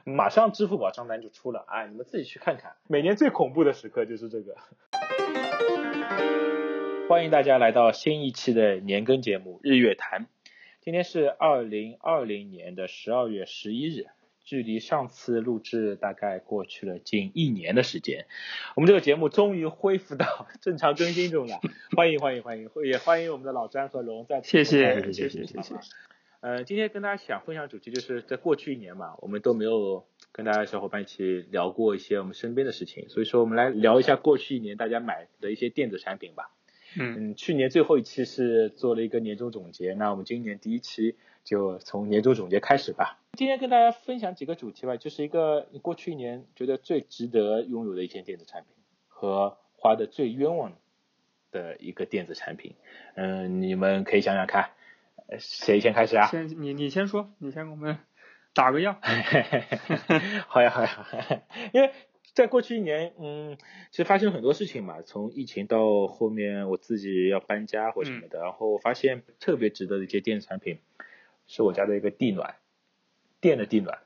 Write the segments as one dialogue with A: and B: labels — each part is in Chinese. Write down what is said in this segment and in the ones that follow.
A: 马上支付宝账单就出了，哎，你们自己去看看。每年最恐怖的时刻就是这个。 欢迎大家来到新一期的年更节目《日月谈》，今天是二零二零年的十二月十一日，距离上次录制大概过去了近一年的时间。我们这个节目终于恢复到 正常更新中了，欢迎欢迎欢迎，也欢迎我们的老詹和龙在
B: 谢谢
A: 在
B: 谢谢谢谢。
A: 呃，今天跟大家想分享主题，就是在过去一年嘛，我们都没有跟大家小伙伴一起聊过一些我们身边的事情，所以说我们来聊一下过去一年大家买的一些电子产品吧。
B: 嗯，
A: 嗯，去年最后一期是做了一个年终总结，那我们今年第一期就从年终总结开始吧。今天跟大家分享几个主题吧，就是一个你过去一年觉得最值得拥有的一件电子产品和花的最冤枉的一个电子产品。嗯，你们可以想想看，呃谁先开始啊？
B: 先你你先说，你先给我们打个
C: 嗯
B: 样。
A: 好呀好呀，因为在过去一年，嗯，其实发生了很多事情嘛，从疫情到后面我自己要搬家或什么的，然后我发现特别值得的一些电子产品，是我家的一个地暖，电的地暖。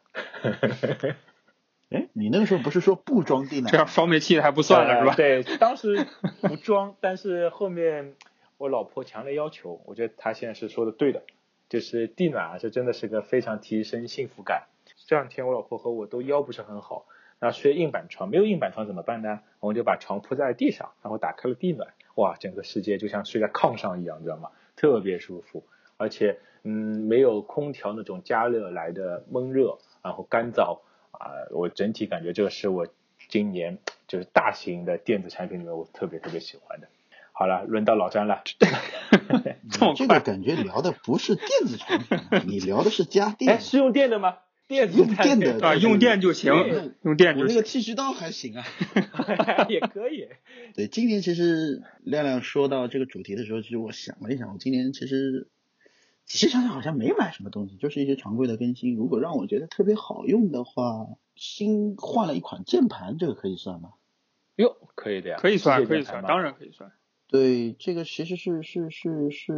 C: 哎，你那个时候不是说不装地暖
B: 这样
C: 吗？
B: 烧煤气的还不算了、
A: 呃
B: 是吧？
A: 对，当时不装，但是后面我老婆强烈要求，我觉得她现在是说的对的，就是地暖啊，这真的是个非常提升幸福感。这两天我老婆和我都腰不是很好，那睡硬板床，没有硬板床怎么办呢？我们就把床铺在地上，然后打开了地暖，哇，整个世界就像睡在炕上一样，你知道吗？特别舒服，而且嗯，没有空调那种加热来的闷热，然后干燥啊、我整体感觉这个是我今年就是大型的电子产品里面我特别特别喜欢的。好了，轮到老詹了，
B: 这么
C: 这
B: 快
C: 个感觉聊的不是电子产品，啊你聊的是家
A: 哎，
C: 电。啊
A: 是用电的吗？电子
C: 用
A: 产
C: 电
A: 品
C: 的
B: 啊，用电就
C: 对
B: 行，用电
C: 我
B: 就
C: 那
B: 行。
C: 个剃须刀还行啊。
A: 也可以，
C: 对，今年其实亮亮说到这个主题的时候，其实我想了一想，我今年其实仔细想想好像没买什么东西，就是一些常规的更新。如果让我觉得特别好用的话，新换了一款键盘，这个可以算吗？
A: 哟，可以的呀，
B: 可以算，可以
A: 算，
B: 算，当然可以算。
C: 对，这个其实是是是是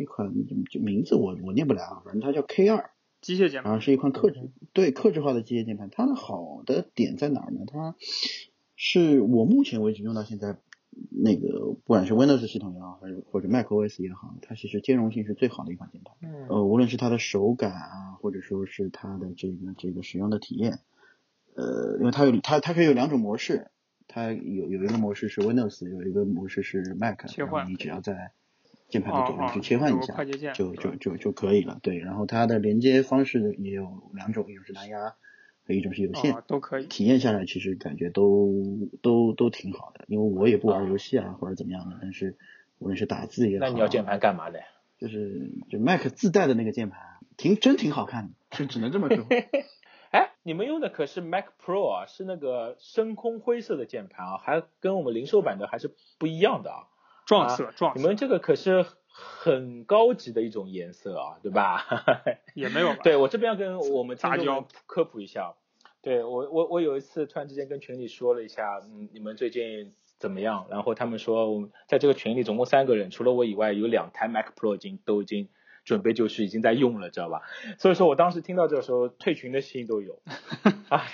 C: 一款就名字我我念不了啊，反正它叫 K 二。
B: 机械键
C: 然
B: 盘
C: 后是一款克
B: 嗯
C: 制对克制化的机械键盘。它的好的点在哪儿呢？它是我目前为止用到现在，那个不管是 Windows 系统也好，还是或者 macOS 也好，它其实兼容性是最好的一款键盘。
A: 嗯，
C: 呃，无论是它的手感啊，或者说是它的这个这个使用的体验，呃，因为它有它它可以有两种模式，它有有一个模式是 Windows，有一个模式是 Mac，
B: 切
C: 然后
B: 换
C: 你
B: 可
C: 只
B: 以
C: 要在键盘
B: 哦
C: 的左右
B: 哦
C: 去切换
B: 有
C: 一
B: 个
C: 下，
B: 快捷键嗯
C: 就
B: 对
C: 就就就可以了。对，然后它的连接方式也有两种，一种是蓝牙，和一种是有线。
B: 啊，
A: 哦
B: 都可 以。
C: 体验下来，其实感觉都都都挺好的，因为我也不玩游戏啊，或者怎么样的，但是无论是打字也好，
A: 那你要键盘干嘛的呀？
C: 就是就 Mac 自带的那个键盘，挺真挺好看的，就只能这么说。
A: 哎，你们用的可是 Mac Pro 啊，是那个深空灰色的键盘啊，还跟我们零售版的还是不一样的啊。
B: 撞色，撞
A: 你
B: 色
A: 们这个可是很高级的一种颜色啊，对吧？
B: 也没有 啊吧？
A: 对我这边要跟我们听
B: 杂
A: 众
B: 交
A: 们科普一下，对我我我有一次突然之间跟群里说了一下，嗯，你们最近怎么样？然后他们说，我们在这个群里总共三个人，除了我以外，有两台 Mac Pro 已经都已经准备就绪，已经在用了，知道吧？所以说我当时听到这个时候，退群的心都有。哎，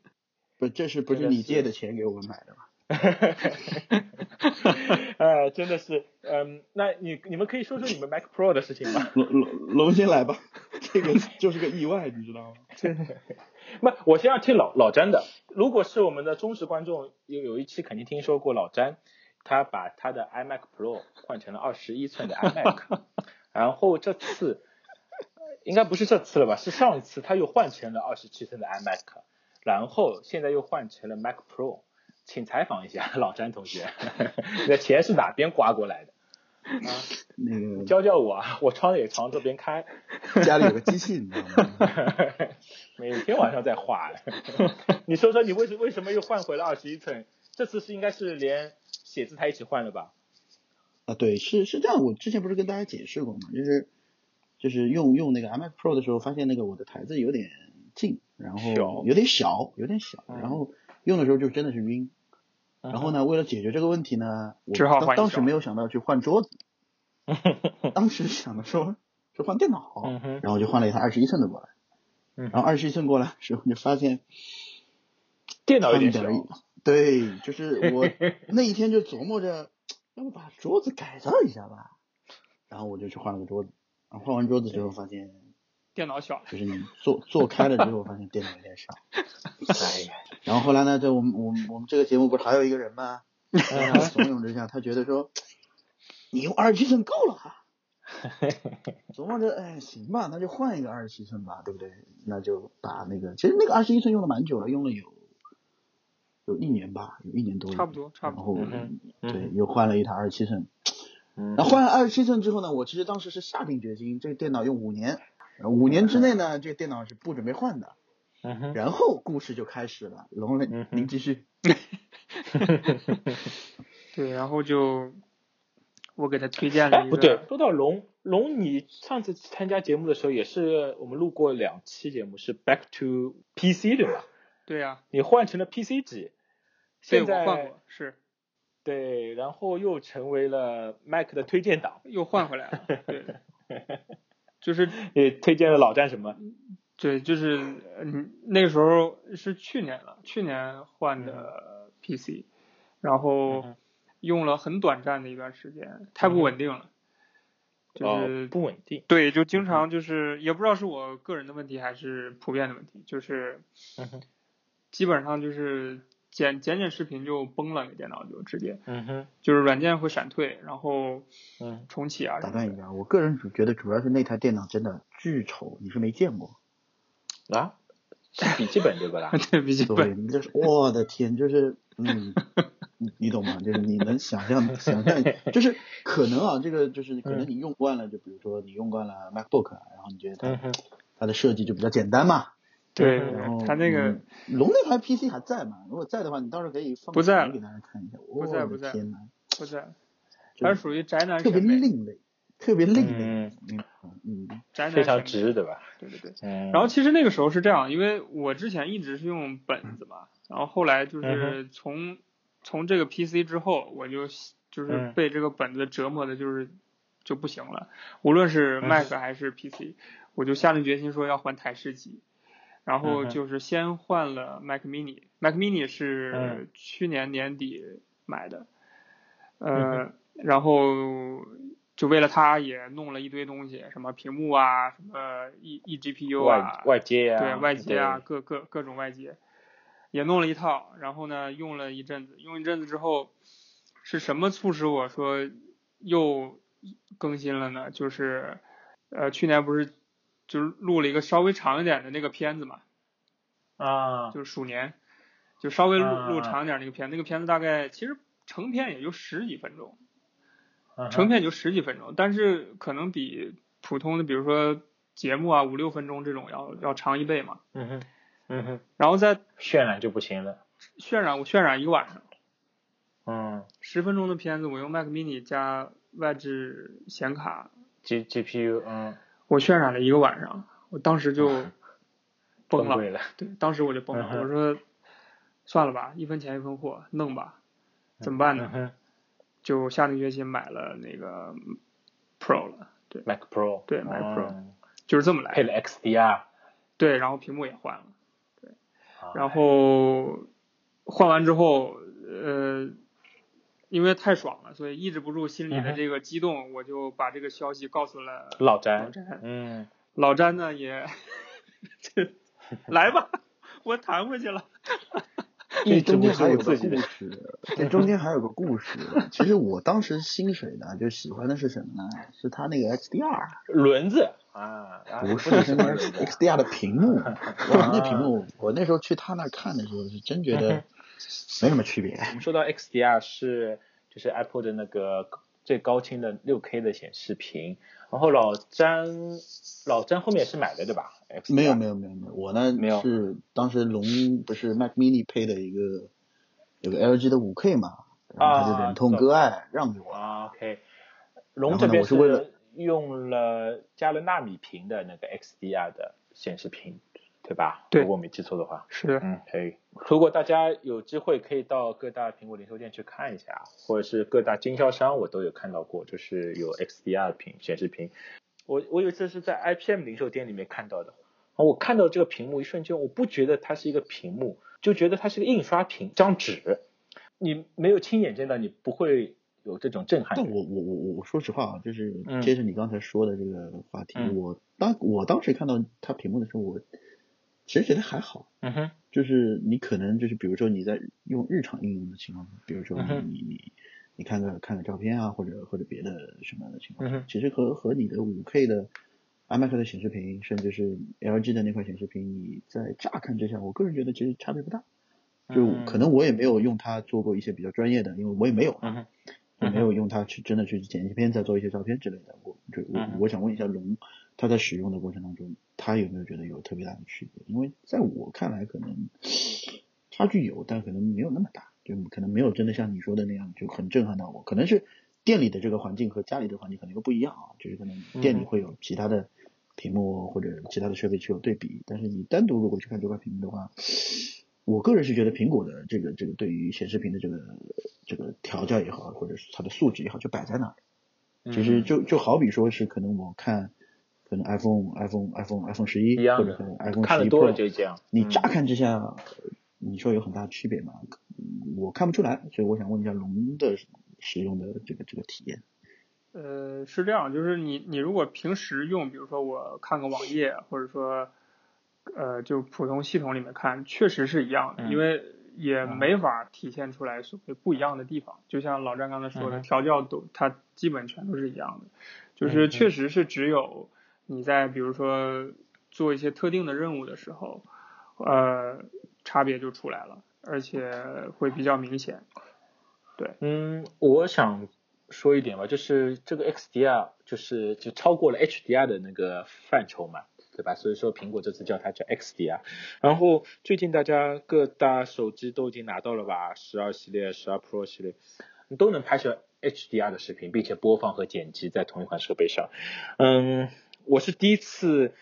C: 不，这是不
A: 真
C: 是
A: 的
C: 你
A: 是
C: 借的钱给我们买的吧？
A: 哎，真的是，嗯，那你你们可以说说你们 Mac Pro 的事情吗？
C: 龙龙龙先来吧， 这个就是个意外，你知道吗？
A: 不，我先要听老老詹的。如果是我们的忠实观众，有有一期肯定听说过老詹，他把他的 iMac Pro 换成了二十一寸的 iMac，然后这次应该不是这次了吧？是上一次他又换成了二十七寸的 iMac，然后现在又换成了 Mac Pro。请采访一下老詹同学， 你的钱是哪边刮过来的？
C: 那个
A: 教教我啊，我窗也朝这边开。
C: 家里有个机器，你知道吗？
A: 每天晚上在画。你说说你为什为什么又换回了二十一寸？这次是应该是连写字台一起换了吧？
C: 啊，对，是是这样，我之前不是跟大家解释过嘛，就是就是用用那个 iMac Pro 的时候，发现那个我的台子有点近，然
A: 小
C: 后有点小，有点小，
A: 嗯
C: 然后用的时候就真的是晕。然后呢，为了解决这个问题呢，我
B: 只好
C: 当
B: 换一
C: 当时
B: 张
C: 没有想到去 换桌子，当时想的说是换电脑，
A: 嗯哼，
C: 然后就换了一台二十一寸的过来。
A: 嗯
C: 然后二十一寸过来时候，就发现
A: 电脑有
C: 一
A: 点小
C: 点，儿对，就 是我那一天就琢磨着，要不把桌子改造一下吧。然后我就去换了个桌子，然后换完桌子之后发现，
B: 电脑 小，
C: 就是你坐坐开了之后，发现电脑有点少。
A: 哎呀，
C: 然后后来呢，对我们我们我们这个节目不是还有一个人吗？然
A: 嗯
C: 后怂恿之下，他觉得说，你用二十七寸够了 啊。琢磨着，哎，行吧，那就换一个二十七寸吧，对不对？那就把那个，其实那个二十一寸用了蛮久了，用了有有一年吧，有一年多。
B: 差不多差不多
C: 然后、
A: 嗯
C: 对，又换了一台二十七寸。
A: 嗯
C: 然后换了二十七寸之后呢，我其实当时是下定决心，这个电脑用五年，呃五年之内呢，这个电脑是不准备换的。
A: 嗯哼，
C: 然后故事就开始了，龙磊
A: 嗯，哼
C: 您继续。
B: 对，然后就我给他推荐
C: 啊
B: 了一
A: 不
B: 个，
A: 对，说到龙龙，你上次参加节目的时候也是我们录过两期节目，是 Back to PC 对吧？
B: 对呀，
A: 你换成了 PC 机，
B: 对
A: 现
B: 我
A: 在
B: 换过，是
A: 对然后又成为了 Mac 的推荐党，
B: 又换回来了，对， 就是
A: 也推荐了老战什么？
B: 对，就是嗯，那个时候是去年了，去年换的 PC，、然
A: 嗯
B: 后
A: 哼
B: 用了很短暂的一段时间，太不稳定了，就是、嗯
A: 哦、不稳定。
B: 对，就经常就是也不知道是我个人的问题还是普遍的问题，就是
A: 嗯哼，
B: 基本上就是剪剪剪视频就崩了，那电脑就直接
A: 嗯哼，
B: 就是软件会闪退，然后
A: 嗯，
B: 重启啊什
C: 打
B: 么
C: 断
B: 的
C: 一。下，我个人主觉得主要是那台电脑真的巨丑，你是没 见过。
A: 啊，是笔记本对不啦？
B: 对，笔记
C: 对，
B: 本
C: 你就是我的天，就是嗯，你你懂吗？就是你能想象想 象，就是可能啊，这个就是可
B: 嗯
C: 能你用惯了，就比如说你用惯了 MacBook，啊然后你觉得 它、
A: 嗯哼，
C: 它的设计就比较简单嘛。
B: 对
A: 嗯
C: 然后
B: 它那个
C: 嗯龙那台 PC 还在吗？如果在的话，你到时候可以放
B: 不在
C: 屏给大家看一下。
B: 不在
C: 我的
B: 不在
C: 天哪，
B: 不在，
C: 就
B: 它是属于宅男
C: 特
B: 审
C: 别
B: 美，
C: 另类，特别另类。
A: 嗯，
C: 嗯，
B: 宅男
A: 非常
B: 审美
A: 直对吧？
B: 对对对。
A: 嗯，
B: 然后其实那个时候是这样，因为我之前一直是用本子嘛，然后后来就
A: 嗯
B: 是从、从这个 PC 之后，我就就是
A: 嗯
B: 被这个本子折磨的，就是就不行了。无论是
A: 嗯
B: Mac 还是 PC，、我就下定决心说要换台式机，然后
A: 嗯哼
B: 就是先换了 Mac Mini。Mac Mini 是
A: 嗯
B: 去年年底买的，
A: 嗯
B: 呃，然后就为了它也弄了一堆东西，什么屏幕啊，什么 E E G P U
A: 嗯
B: 啊
A: 外，外接呀、
B: 对外接啊，各各各种外接，也弄了一套。然后呢，用了一阵子，用一阵子之后，是什么促使我说又更新了呢？就是呃，去年不是就是录了一个稍微长一点的那个片子嘛，
A: 对啊，
B: 就是鼠年，就稍微录录
A: 啊
B: 长一点那个片，那个片子大概其实成片也就十几分钟，
A: 嗯哼
B: 成片就十几分钟，但是可能比普通的比如说节目啊五六分钟这种要要长一倍嘛。
A: 嗯哼，嗯哼，
B: 然后在
A: 渲染就不行了。
B: 渲染我渲染一个晚上，
A: 嗯
B: 十分钟的片子，我用 Mac mini 加外置显卡，
A: ，G G P U，嗯，
B: 我渲染了一个晚上，我当时就崩了，
A: 溃了。
B: 对，当时我就崩了，
A: 嗯哼
B: 我说算了吧，一分钱一分货，弄吧，怎么办呢？
A: 嗯哼
B: 就下定决心买了那个 Pro 了，对，
A: ，Mac Pro，
B: 对，Mac Pro
A: 嗯
B: 就是这么来
A: 配
B: 的，
A: 了 XDR，
B: 对，然后屏幕也换了，
A: 啊
B: 然后换完之后，呃，因为太爽了，所以抑制不住心里
A: 嗯
B: 的
A: 哼
B: 这个激动，我就把这个消息告诉了
A: 老
B: 老
A: 詹，
B: 詹。
A: 嗯，
B: 老詹呢也， 这来吧，我弹回去了。
C: 这
A: 抑制
C: 中
A: 不
C: 间还
A: 住
C: 有个
A: 自己
C: 故
A: 的，
C: 事， 这中间还有个故事。其实我当时薪水呢，就喜欢的是什么呢？是它那个 XDR，
A: 轮子啊，啊
C: 不是
A: 能
C: 真
A: 什
C: 的
A: 么轮子
C: XDR 的 屏幕。哇，那屏幕，我那时候去他那看的时候，是真觉 得没什么区别。
A: 我们说到 XDR 是就是 Apple 的那个最高清的六 K 的显示屏，然后老詹老詹后面也是买的对吧？
C: 没有没
A: 有，
C: 有没有没有，我呢
A: 没有
C: 是当时龙不是 Mac Mini 配的一个有个 LG 的五 K 嘛，然后他就
A: 啊
C: 忍痛
A: 懂
C: 割爱让给我了。
A: 啊，OK，
C: 然
A: 龙
C: 后
A: 这
C: 呢
A: 边
C: 我是为了
A: 用了加了纳米屏的那个 XDR 的显示屏，对吧？
B: 对
A: 如果我没记错的话。
B: 是的，
A: 嗯，可以。如果大家有机会，可以到各大苹果零售店去看一下，或者是各大经销商，我都有看到过，就是有 XDR 屏显示屏。我我有一次是在 IPM 零售店里面看到的，啊我看到这个屏幕一瞬间，我不觉得它是一个屏幕，就觉得它是个印刷品张纸。你没有亲眼见到，你不会有这种震撼
C: 但
A: 感。
C: 我我我我我说实话啊，就是
A: 嗯
C: 接着你刚才说的这个话题，
A: 嗯
C: 我当我当时看到它屏幕的时候，我其实觉得还好，
A: 嗯哼，
C: 就是你可能就是比如说你在用日常应用的情况下，比如说
A: 嗯哼
C: 你你你看个看个照片啊，或者或者别的什么样的情
A: 嗯
C: 况下，
A: 哼
C: 其实和和你的五 K 的 iMac 的显示屏，甚至是 LG 的那块显示屏，你在乍看之下，我个人觉得其实差别不大。就
A: 嗯
C: 可能我也没有用它做过一些比较专业的，因为我也没有啊，
A: 嗯哼，
C: 就
A: 嗯哼
C: 没有用它去真的去剪一些片，再做一些照片之类的。我就我
A: 嗯哼
C: 我想问一下龙，他在使用的过程当中，他有没有觉得有特别大的区别？因为在我看来，可能差距有，但可能没有那么大，就可能没有真的像你说的那样就很震撼到我。可能是店里的这个环境和家里的环境可能又不一样啊，就是可能店
A: 嗯哼
C: 里会有其他的屏幕或者其他的设备去有对比，但是你单独如果去看这块屏幕的话，我个人是觉得苹果的这个这个对于显示屏的这个这个调教也好，或者是它的素质也好，就摆在那儿。其
A: 嗯
C: 实就就好比说是可能我看，可能 iPhone iPhone iPhone iPhone 十一
A: 一样
C: 或
A: 的
C: 者可能 iPhone
A: 看
C: 十
A: 了
C: 一
A: 多了
C: Pro，
A: 就这样。
C: 你
A: 嗯
C: 乍看之下，呃你说有很大区别吗？嗯我看不出来，所以我想问一下龙的使用的这个这个体验。
B: 呃，是这样，就是你你如果平时用，比如说我看个网页，或者说呃，就普通系统里面看，确实是一样的，
A: 嗯
B: 因为也
A: 嗯
B: 没法体现出来所谓不一样的地方。就像老张刚才说的，
A: 嗯哼
B: 调教都它基本全都是一样的，就
A: 嗯
B: 是
A: 哼
B: 确实是只有你在比如说做一些特定的任务的时候，呃，差别就出来了，而且会比较明显。
A: 嗯，我想说一点吧，就是这个 XDR 就是就超过了 HDR 的那个范畴嘛，对吧？所以说苹果这次叫它叫 XDR。然后最近大家各大手机都已经拿到了吧，十二系列、十二 Pro 系列，你都能拍摄 HDR 的视频，并且播放和剪辑在同一款设备上。嗯，我是第一次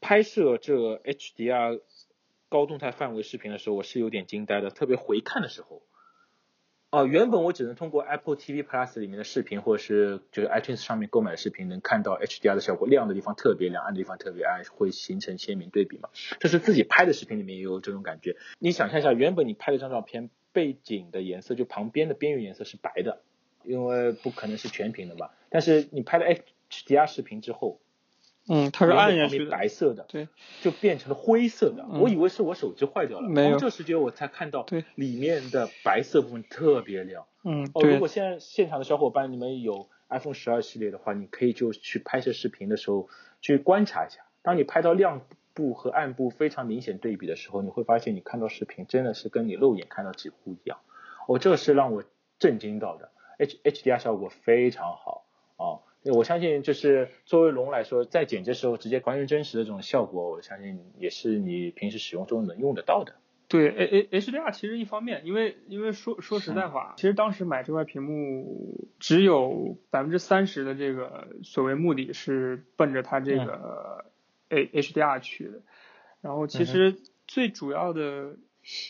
A: 拍摄这 HDR 高动态范围视频的时候，我是有点惊呆的，特别回看的时候。哦，原本我只能通过 Apple TV Plus 里面的视频，或者是就是 iTunes 上面购买的视频，能看到 HDR 的效果，亮的地方特别亮，暗的地方特别暗，会形成鲜明对比嘛。这是自己拍的视频里面也有这种感觉。你想象一下，原本你拍的这张照片，背景的颜色就旁边的边缘颜色是白的，因为不可能是全屏的嘛。但是你拍了 HDR 视频之后，
B: 嗯，它是
A: 原本
B: 按下
A: 旁
B: 去
A: 边
B: 的。
A: 白色的，
B: 对，
A: 就变成了灰色的。
B: 嗯
A: 我以为是我手机坏掉了，
B: 没有
A: 然后这时间我才看到
B: 对
A: 里面的白色部分特别亮。
B: 嗯，
A: 哦，如
B: 对
A: 果，现在现场的小伙伴你们有 iPhone 十二系列的话，你可以就去拍摄视频的时候去观察一下，当你拍到亮部和暗部非常明显对比的时候，你会发现你看到视频真的是跟你肉眼看到几乎一样。哦，这是让我震惊到的，H HDR 效果非常好哦。我相信，就是作为龙来说，在剪辑时候直接还原真实的这种效果，我相信也是你平时使用中能用得到的。
B: 对 A A HDR 其实一方面，因为因为说说实在话，其实当时买这块屏幕只有百分之三十的这个所谓目的是奔着它这个 A HDR 去的，然后其实最主要的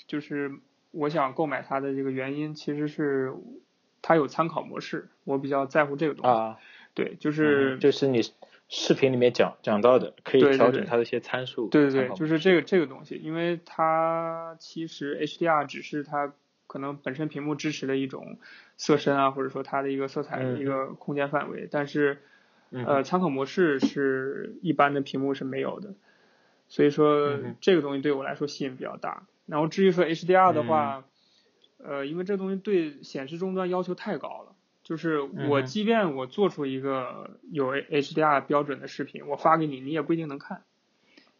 B: 就是我想购买它的这个原因其实是它有参考模式，我比较在乎这个东西。
A: 啊，
B: 对，就是、
A: 就是你视频里面讲讲到的，可以
B: 对对
A: 调
B: 对
A: 整它的一些参数。
B: 对对
A: 参
B: 对，
A: 考
B: 就是这个这个东西，因为它其实 HDR 只是它可能本身屏幕支持的一种色深啊，或者说它的一个色彩的一个空间范围，但是
A: 嗯
B: 呃，参考模式是一般的屏幕是没有的，所以说
A: 嗯哼
B: 这个东西对我来说吸引比较大。然后至于说 HDR 的
A: 嗯
B: 话，呃，因为这东西对显示终端要求太高了，就是我
A: 嗯哼
B: 即便我做出一个有 HDR 标准的视频，我发给你，你也不一定能看，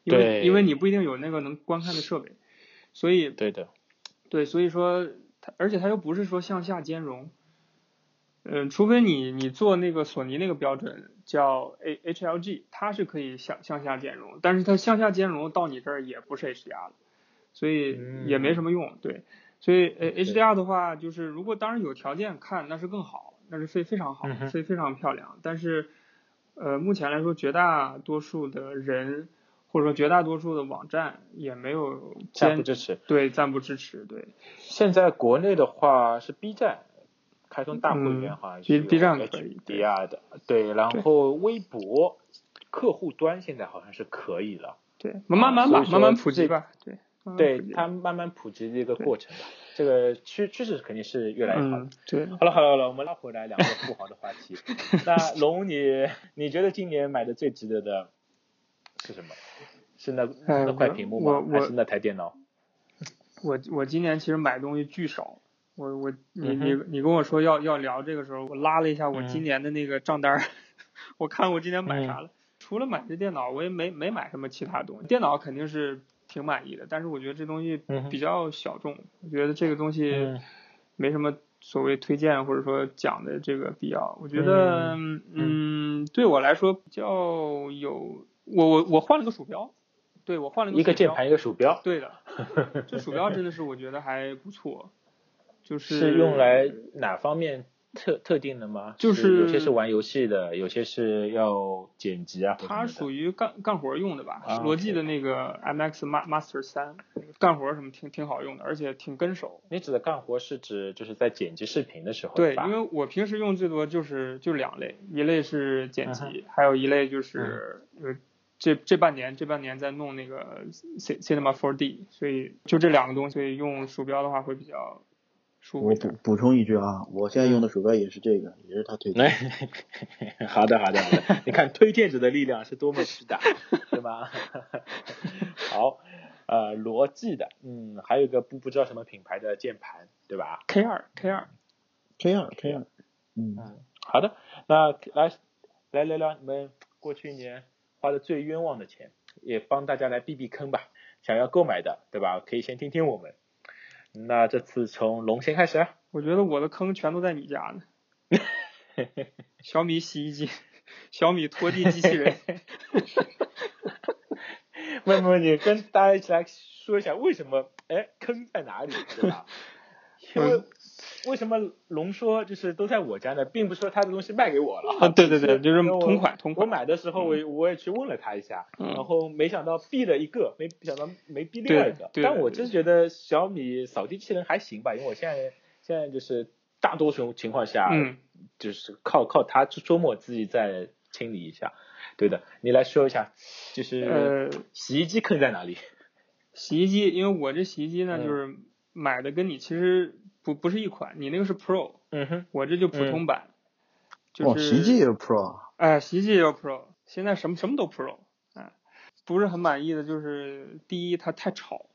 B: 因为
A: 对
B: 因为你不一定有那个能观看的设备，所以
A: 对的，
B: 对，所以说它，而且它又不是说向下兼容，嗯、除非你你做那个索尼那个标准叫 A H L G，它是可以向向下兼容，但是它向下兼容到你这儿也不是 H D R 了，所以也没什么用。对，所以
A: 嗯
B: 呃 H D R 的话，就是如果当然有条件看，那是更好，那是非非常好
A: 嗯，哼
B: 非非常漂亮。但是呃，目前来说，绝大多数的人。或者说绝大多数的网站也没有
A: 暂不
B: 兼
A: 支持。
B: 对暂不支持，对，
A: 现在国内的话是 B 站开通大会员，
B: 嗯
A: 好像
B: B-
A: 是有
B: B 站可以对
A: HDR 的，对，然后微博客户端现在好像是可以了，啊
B: 对，慢慢
A: 所
B: 吧
A: 以，说
B: 慢慢普及
A: 这
B: 吧，对，慢慢
A: 对
B: 普及
A: 它慢慢普及的一个
B: 嗯对
A: 过程吧。这个趋趋势肯定是越来越好的。
B: 嗯，对，
A: 好了好了好了，我们拉回来两个富豪的话题。那龙你你觉得今年买的最值得的是什么？是那
B: 哎
A: 那块
B: 我
A: 屏幕
B: 我
A: 吗？还
B: 我
A: 是那台电脑？
B: 我我今年其实买东西巨少，我我你
A: 嗯
B: 你你跟我说要要聊这个时候，我拉了一下我
A: 嗯
B: 今年的那个账单儿， 我看我今年买
A: 嗯
B: 啥了。除了买这电脑，我也没没买什么其他东西。电脑肯定是挺满意的，但是我觉得这东西
A: 嗯哼嗯
B: 比较小众，我觉得这个东西没什么所谓推荐或者说讲的这个必要。我觉得，嗯，对我来说比较有我我我换了个鼠标，对我换了
A: 一个
B: 个
A: 键
B: 鼠标
A: 盘一个鼠标，
B: 对 的，这鼠标真的是我觉得还不错，就是
A: 是用来哪方面特特定的吗？
B: 就是
A: 有些是玩游戏的，有些是要剪辑啊。
B: 它属
A: 于
B: 于干干活用的吧，
A: 啊
B: 罗技的那个 MX Ma- Master 三，干活什么挺挺好用的，而且挺跟手。
A: 你指的干活是指就是在剪辑视频的时候
B: 对，
A: 吧
B: 因为我平时用最多就是就两类，一类是剪辑，还有一类就是呃这这半年这半年在弄那个 C Cinema 4D，所以就这两个东西，所以用鼠标的话会比较舒服
C: 我
B: 一
C: 补
B: 点。
C: 补充一句啊，我现在用的鼠标也是这个，也是他推荐的。
A: 来，好的好的好的，你看推荐者的力量是多么巨大，对吧？好，呃，罗技的，嗯，还有一个不不知道什么品牌的键盘，对吧？
B: K 二 K 二，
C: K 二 K 二，嗯，
A: 嗯，好的，那来来聊聊你们过去一年花的最冤枉的钱，也帮大家来避避坑吧。想要购买的，对吧？可以先听听我们。那这次从龙先开始啊，
B: 我觉得我的坑全都在你家呢。 小米洗衣机，小米拖地机器人，
A: 妹妹，你跟大家一起来说一下为什么，哎，坑在哪里，对 吧？因为为什么龙说就是都在我家呢，并不是说他的东西卖给我了
B: 啊 对对对就是
A: 我
B: 同款同款
A: 我买的时候我也我也去问了他一下，
B: 嗯
A: 然后没想到避了一个，没想到没避另外一个。
B: 对对
A: 但我真觉得小米扫地机器人还行吧，因为我现在现在就是大多数情况下，
B: 嗯，
A: 就是靠靠它周末自己再清理一下。对的，你来说一下，就是
B: 呃，
A: 洗衣机坑在哪里？
B: 洗衣机，因为我这洗衣机呢，
A: 嗯
B: 就是买的跟你其实不不是一款，你那个是 Pro，
A: 嗯哼，
B: 我这就普通版，
C: 哦，
B: 就是
C: 洗衣机也有 Pro，啊
B: 哎，洗衣机也有 Pro，现在什么什么都 Pro，哎，不是很满意的就是第一它太吵，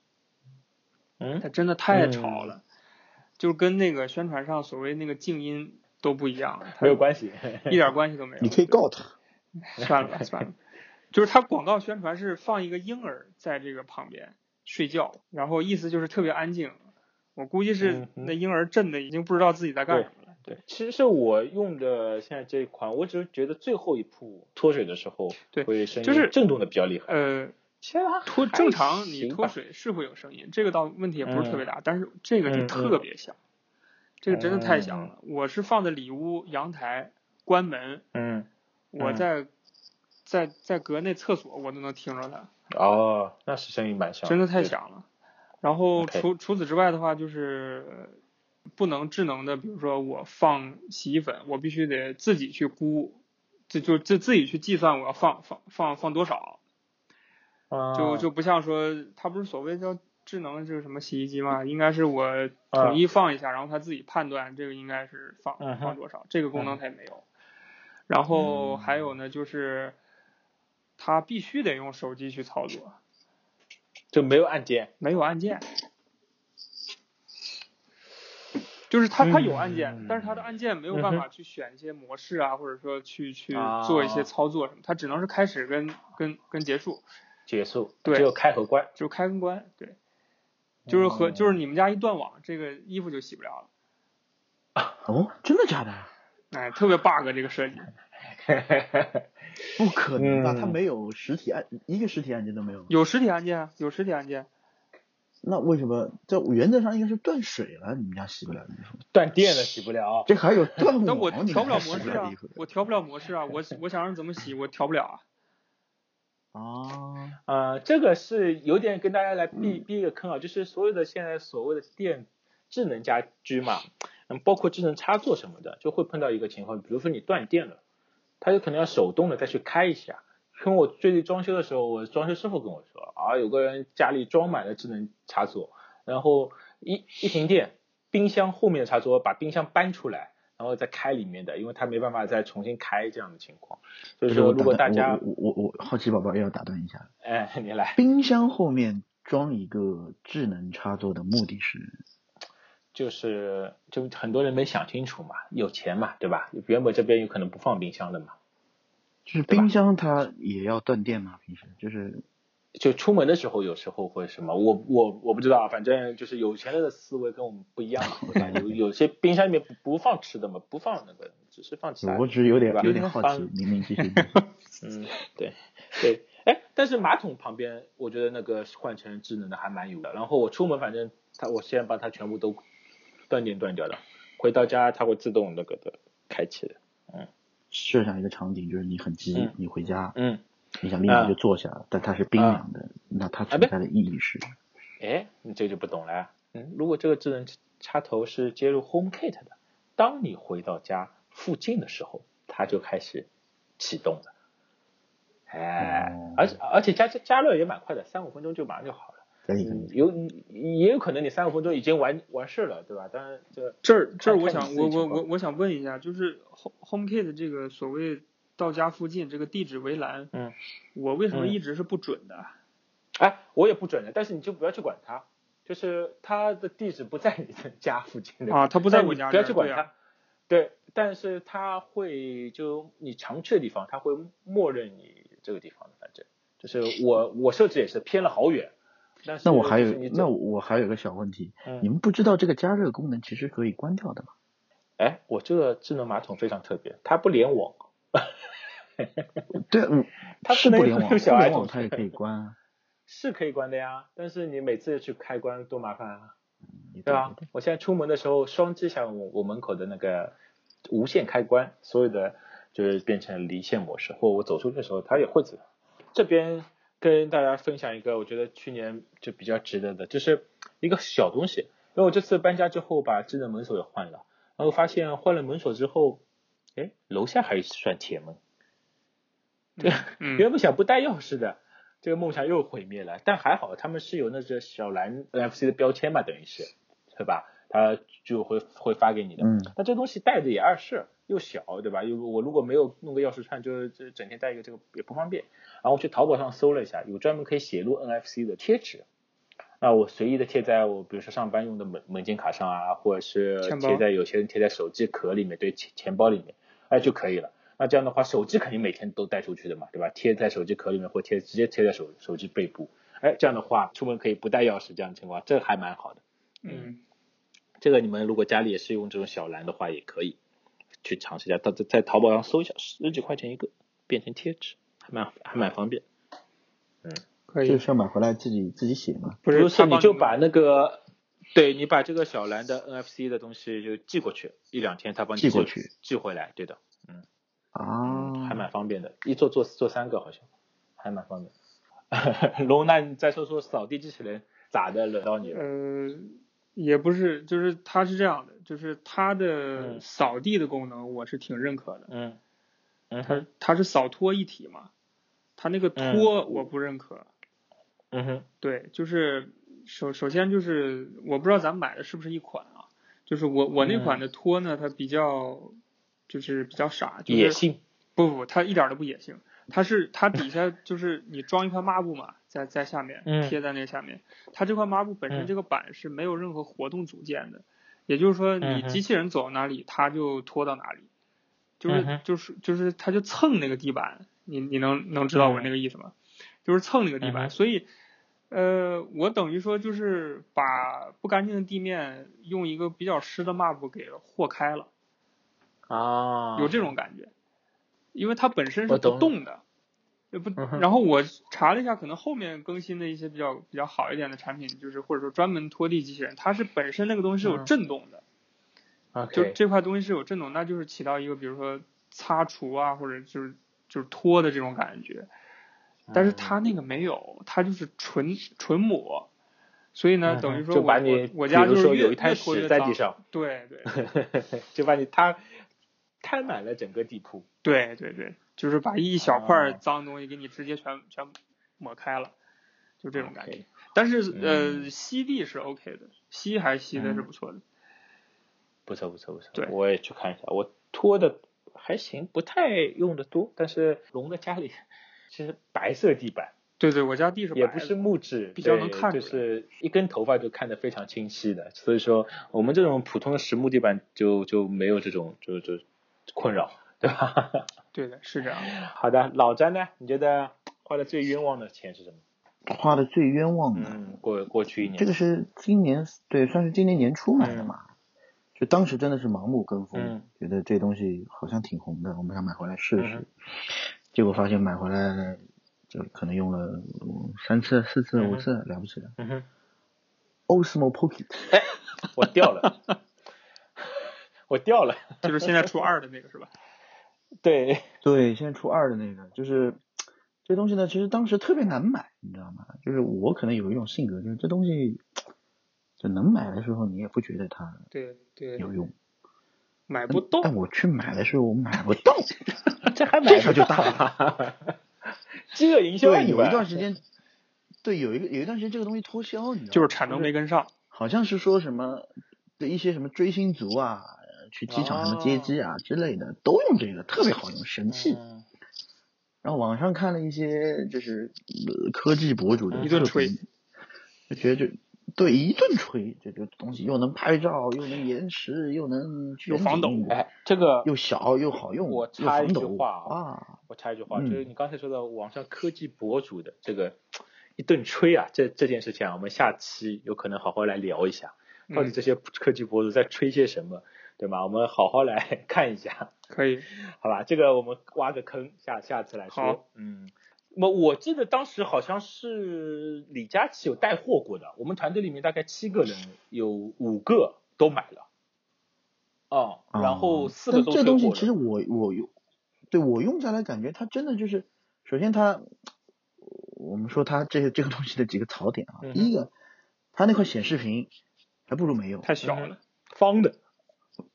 A: 嗯
B: 它真的太
A: 嗯
B: 吵了，就跟那个宣传上所谓那个静音都不一样，它
A: 没有关系。
B: 一点关系都没有。
C: 你可以告他。
B: 算了吧，算了吧。就是它广告宣传是放一个婴儿在这个旁边睡觉，然后意思就是特别安静。我估计是
A: 嗯嗯
B: 那婴儿震的已经不知道自己在干什么了。
A: 对，其实是我用的现在这一款，我只是觉得最后一步脱水的时候，
B: 对
A: 会声音
B: 就是
A: 震动的比较厉害。
B: 呃，
A: 其实它
B: 脱
A: 还
B: 正常你
A: 行
B: 脱
A: 吧
B: 水是会有声音，这个倒问题也不是特别大，但是这个
A: 嗯
B: 就
A: 嗯
B: 特别响，这个真的太响了。我是放在里屋阳台关门，
A: 嗯，
B: 我
A: 嗯
B: 在、在在隔那厕所我都能听着它。
A: 哦，那是声音蛮响，
B: 真的太
A: 对。
B: 响了。然后
A: OK
B: 除除此之外的话，就是呃不能智能的，比如说我放洗衣粉，我必须得自己去估，这就自自己去计算我要放放放放多少，
A: 啊
B: 就就不像说它不是所谓叫智能就是什么洗衣机
A: 嗯
B: 嘛，应该是我统一放一下，然后它自己判断这个应该是放
A: 啊嗯哼嗯
B: 放多少，这个功能它也没有。然后还有呢，就是它必须得用手机去操作，
A: 就没有按键。
B: 没有按 键，就是它它有按键，
A: 嗯
B: 但是它的按键没有办法去选一些模式啊，或者说去去
A: 啊
B: 做一些操作什么，它只能是开始跟跟跟结束，
A: 结束，
B: 对
A: 只有开和关。
B: 就是开跟关，对，就是和、
A: 嗯
B: 就是你们家一断网，这个衣服就洗不了了，
C: 哦，真的假的？
B: 哎，特别 bug 这个设计，
C: 不可能吧？
A: 嗯
C: 它没有实体按，一个实体按键都没有吗。
B: 有实体按键啊，有实体按键，
C: 那为什么在原则上应该是断水了？你们家洗不了衣服，
A: 断电了洗不了。
C: 这还有 断
B: 但我
C: 网，哦你
B: 调不
C: 们
B: 了
C: 家洗
B: 模式
C: 了
B: 啊
C: 衣服，
B: 我调不了模式啊，我我想让怎么洗，我调不了啊，
C: 啊！
A: 呃，这个是有点跟大家
C: 嗯
A: 来避避一个坑啊，就是所有的现在所谓的电智能家居嘛，嗯，包括智能插座什么的，就会碰到一个情况，比如说你断电了，它有可能要手动的再去开一下，跟我最近装修的时候，我装修师傅跟我说啊，有个人家里装满了智能插座，然后一一停电，冰箱后面的插座把冰箱搬出来，然后再开里面的，因为他没办法再重新开这样的情况。所以
C: 就是我
A: 说，
C: 打
A: 如果大
C: 断
A: 家
C: 我我我我好奇宝宝要打断一下，
A: 哎，你来，
C: 冰箱后面装一个智能插座的目的是，
A: 就是就很多人没想清楚嘛，有钱嘛，对吧？原本这边有可能不放冰箱的嘛，
C: 就是
A: 对吧
C: 冰箱它也要断电吗？平时就是
A: 就出门的时候，有时候会什么，我我我不知道啊，反正就是有钱人的思维跟我们不一样嘛，对吧？有有些冰箱里面不不放吃的嘛，不放那个，只是放其他的。
C: 我只是有点
A: 对吧
C: 有点好奇
A: 嗯，
C: 明明继 续。
A: 嗯，对对，哎，但是马桶旁边，我觉得那个换成智能的还蛮有的。然后我出门，反正它我现在把它全部都断电断掉了，回到家它会自动那个的开启的。
C: 设想一个场景，就是你很急，
A: 嗯
C: 你回家，
A: 嗯，
C: 你想立马
A: 嗯
C: 就坐下，但它是冰
A: 嗯
C: 凉的，那它
A: 啊
C: 存
A: 不
C: 在的意义是？
A: 哎，你这就不懂了呀。嗯，如果这个智能插头是接入 HomeKit 的，当你回到家附近的时候，它就开始启动了。哎
C: 哦，
A: 而且而且加加加热也蛮快的，三五分钟就马上就好了。
C: 可以可
A: 嗯
C: 以，
A: 有也有可能你三五分钟已经完完事了，对吧？当然这
B: 这儿这儿，
A: 看
B: 我
A: 看你
B: 想
A: 自己
B: 我我
A: 情况
B: 我我想问一下，就是 Home HomeKit 这个所谓到家附近这个地址围栏，
A: 嗯，
B: 我为什么
A: 嗯
B: 一直是不准的？
A: 哎，我也不准的，但是你就不要去管它，就是它的地址不在你的家附近的
B: 啊，他不
A: 不
B: 在我家
A: 不
B: 这儿，
A: 要去管
B: 对
A: 它。
B: 啊
A: 对，但是它会就你常去的地方，它会默认你这个地方的，反正就是我我设置也是偏了好远。但是
C: 那我还
A: 就是
C: 有
A: 你
C: 那我还有个小问题，
A: 嗯
C: 你们不知道这个加热功能其实可以关掉的吗？
A: 哎，我这个智能马桶非常特别，它不联网。
C: 对，嗯
A: 它不
C: 是
A: 能
C: 互联网，
A: 用
C: 互
A: 小爱
C: 联
A: 同
C: 网它也可以关啊，
A: 是可以关的呀，但是你每次去开关多麻烦啊，
C: 也
A: 对
C: 嗯对
A: 吧？我现在出门的时候，双击一下我我门口的那个无线开关，所有的就是变成离线模式，或我走出去的时候，它也会自动。这边跟大家分享一个，我觉得去年就比较值得的，就是一个小东西。因为我这次搬家之后，把智能门锁也换了，然后发现换了门锁之后，哎，楼下还有一扇铁门，
B: 嗯，
A: 原本想不带钥匙的，这个梦想又毁灭了。但还好他们是有那只小蓝 NFC 的标签嘛，等于是，对吧？他就会会发给你的。
C: 嗯，
A: 那这东西带着也碍事，又小，对吧？又我如果没有弄个钥匙串，就是这整天带一个这个也不方便。然后我去淘宝上搜了一下，有专门可以写入 NFC 的贴纸。那我随意的贴在我比如说上班用的门门禁卡上啊，或者是
B: 钱包
A: 贴在有些人贴在手机壳里面，对钱钱包里面，哎就可以了。那这样的话，手机肯定每天都带出去的嘛，对吧？贴在手机壳里面，或贴直接贴在手手机背部。哎，这样的话，出门可以不带钥匙，这样的情况，这还蛮好的。
B: 嗯，
A: 这个你们如果家里也是用这种小蓝的话，也可以去尝试一下，到在淘宝上搜一下，十几块钱一个，变成贴纸，还蛮还蛮方便。
B: 可
C: 这个
B: 以，
C: 是要买回来自己自己写吗？
B: 不是
A: 是
B: 他
A: 你
B: 帮
A: 就
B: 们
A: 把那个，对你把这个小蓝的 NFC 的东西就寄过去，一两天他帮你
C: 寄过去
A: 寄哦回来，对的，
C: 啊，
A: 嗯还蛮方便的，一做做做三个好像，还蛮 方便。龙，那你再说说扫地机器人咋的轮到你了？
B: 呃，也不是，就是它是这样的，就是它的
A: 嗯
B: 扫地的功能我是挺认可的，
A: 嗯嗯
B: 它
A: 哼
B: 它是扫拖一体嘛，它那个
A: 嗯
B: 拖我不认可，
A: 嗯哼
B: 对，就是首首先就是我不知道咱们买的是不是一款啊，就是我我
A: 嗯
B: 那款的拖呢，它比较就是比较傻，就是
A: 野性
B: 不不，它一点儿都不野性，它是它底下就是你装一块抹布嘛，在在下面
A: 嗯
B: 贴在那个下面，它这块抹布本身
A: 嗯
B: 这个板是没有任何活动组件的，也就是说你
A: 嗯哼
B: 机器人走到哪里，它就拖到哪里，就
A: 嗯
B: 是
A: 哼
B: 就是就是它就蹭那个地板，你你能能知道我那个意思吗？就是蹭那个地
A: 嗯
B: 板，
A: 哼
B: 所以。呃，我等于说就是把不干净的地面用一个比较湿的抹布给和开了，
A: 啊，
B: 有这种感觉，因为它本身是
A: 我
B: 不
A: 懂了
B: 动的，也不
A: 嗯。哼
B: 然后我查了一下，可能后面更新的一些比较比较好一点的产品，就是或者说专门拖地机器人，它是本身那个东西是有
A: 嗯
B: 震动的，就
A: OK
B: 这块东西是有震动，那就是起到一个比如说擦除啊，或者就是就是拖的这种感觉，
A: 嗯
B: 但是它那个没有，它就是纯纯抹。所以呢，
A: 嗯
B: 等于说
A: 就
B: 我
A: 把你
B: 我，我家
A: 比如
B: 就是
A: 说
B: 越
A: 有一滩
B: 越拖
A: 屎
B: 越
A: 在
B: 脏
A: 地上，
B: 对对
A: 就把你摊摊满了整个地铺。
B: 对对对，就是把一小块
A: 哦
B: 脏东西给你直接全全抹开了，就这种感觉。
A: 啊 OK
B: 但是呃，
A: 嗯
B: 吸地是 OK 的，吸还是吸的是不错的。
A: 不错不错不错，
B: 对
A: 我也去看一下。我拖的还行，不太用的多，但是龙的家里其实白色地板，
B: 对对，我家地是
A: 也
B: 白
A: 不
B: 的
A: 是木质，
B: 比较
A: 对
B: 能看出
A: 就
B: 来
A: 是一根头发就看得非常清晰的。所以说，我们这种普通的实木地板就就没有这种就就困扰，对吧？
B: 对的，是这样的。
A: 好的，老詹呢？你觉得花的最冤枉的钱是什么？
C: 花的最冤枉的，
A: 嗯，过过去一年，
C: 这个是今年对，算是今年年初买的嘛。就当时真的是盲目跟风，
A: 嗯
C: 觉得这东西好像挺红的，我们想买回来试试。
A: 嗯
C: 结果发现买回来就可能用了嗯三次、四次、
A: 嗯
C: 五次，了不起了。
A: 嗯哼，
C: Osmo Pocket，
A: 我掉了， 我掉了，
B: 就是现在出二的那个是吧？
A: 对，
C: 对，现在出二的那个，就是这东西呢，其实当时特别难买，你知道吗？就是我可能有一种性格，就是这东西就能买的时候，你也不觉得它
B: 对对，
C: 有用，
B: 买不动。
C: 但我去买的时候，我买不 到，
A: 这还买
C: 这事
A: 不
C: 儿就
A: 到
C: 大了。
A: 饥饿营销啊，
C: 对，有
A: 们
C: 一段时间，对，有一个有一段时间这个东西脱销，你知道吗？
B: 就是产能没跟上，
C: 好像是说什么对一些什么追星族啊，呃去机场什么接机啊之类的，都用这个，特别好用，神器。
A: 嗯
C: 然后网上看了一些就是、呃科技博主的
B: 一顿
C: 测评
B: 吹，
C: 就觉得就对一顿吹，这这东西又能拍照，又能延迟，又能
B: 有防抖
C: 全景
A: 哎，这个
C: 又小又好用，
A: 我
C: 又
A: 插
C: 防
A: 一句
C: 抖
A: 话
C: 啊，
A: 我插一句话，
C: 嗯
A: 就是你刚才说的网上科技博主的这个一顿吹啊，这这件事情啊，我们下期有可能好好来聊一下，到底
B: 嗯
A: 这些科技博主在吹些什么，对吗？我们好好来 看一下，
B: 可以。
A: 好吧？这个我们挖个坑，下下次来说
B: 好。
A: 嗯，我我记得当时好像是李佳琦有带货过的，我们团队里面大概七个人，有五个都买了。哦，然后
C: 啊
A: 四个
C: 但
A: 都
C: 这
A: 退
C: 东西
A: 货
C: 其实
A: 了
C: 我我用，对我用下来感觉它真的就是，首先它，我们说它这个这个东西的几个槽点啊，
A: 嗯哼
C: 第一个，它那块显示屏还不如没有，
B: 太小了，
A: 嗯方的，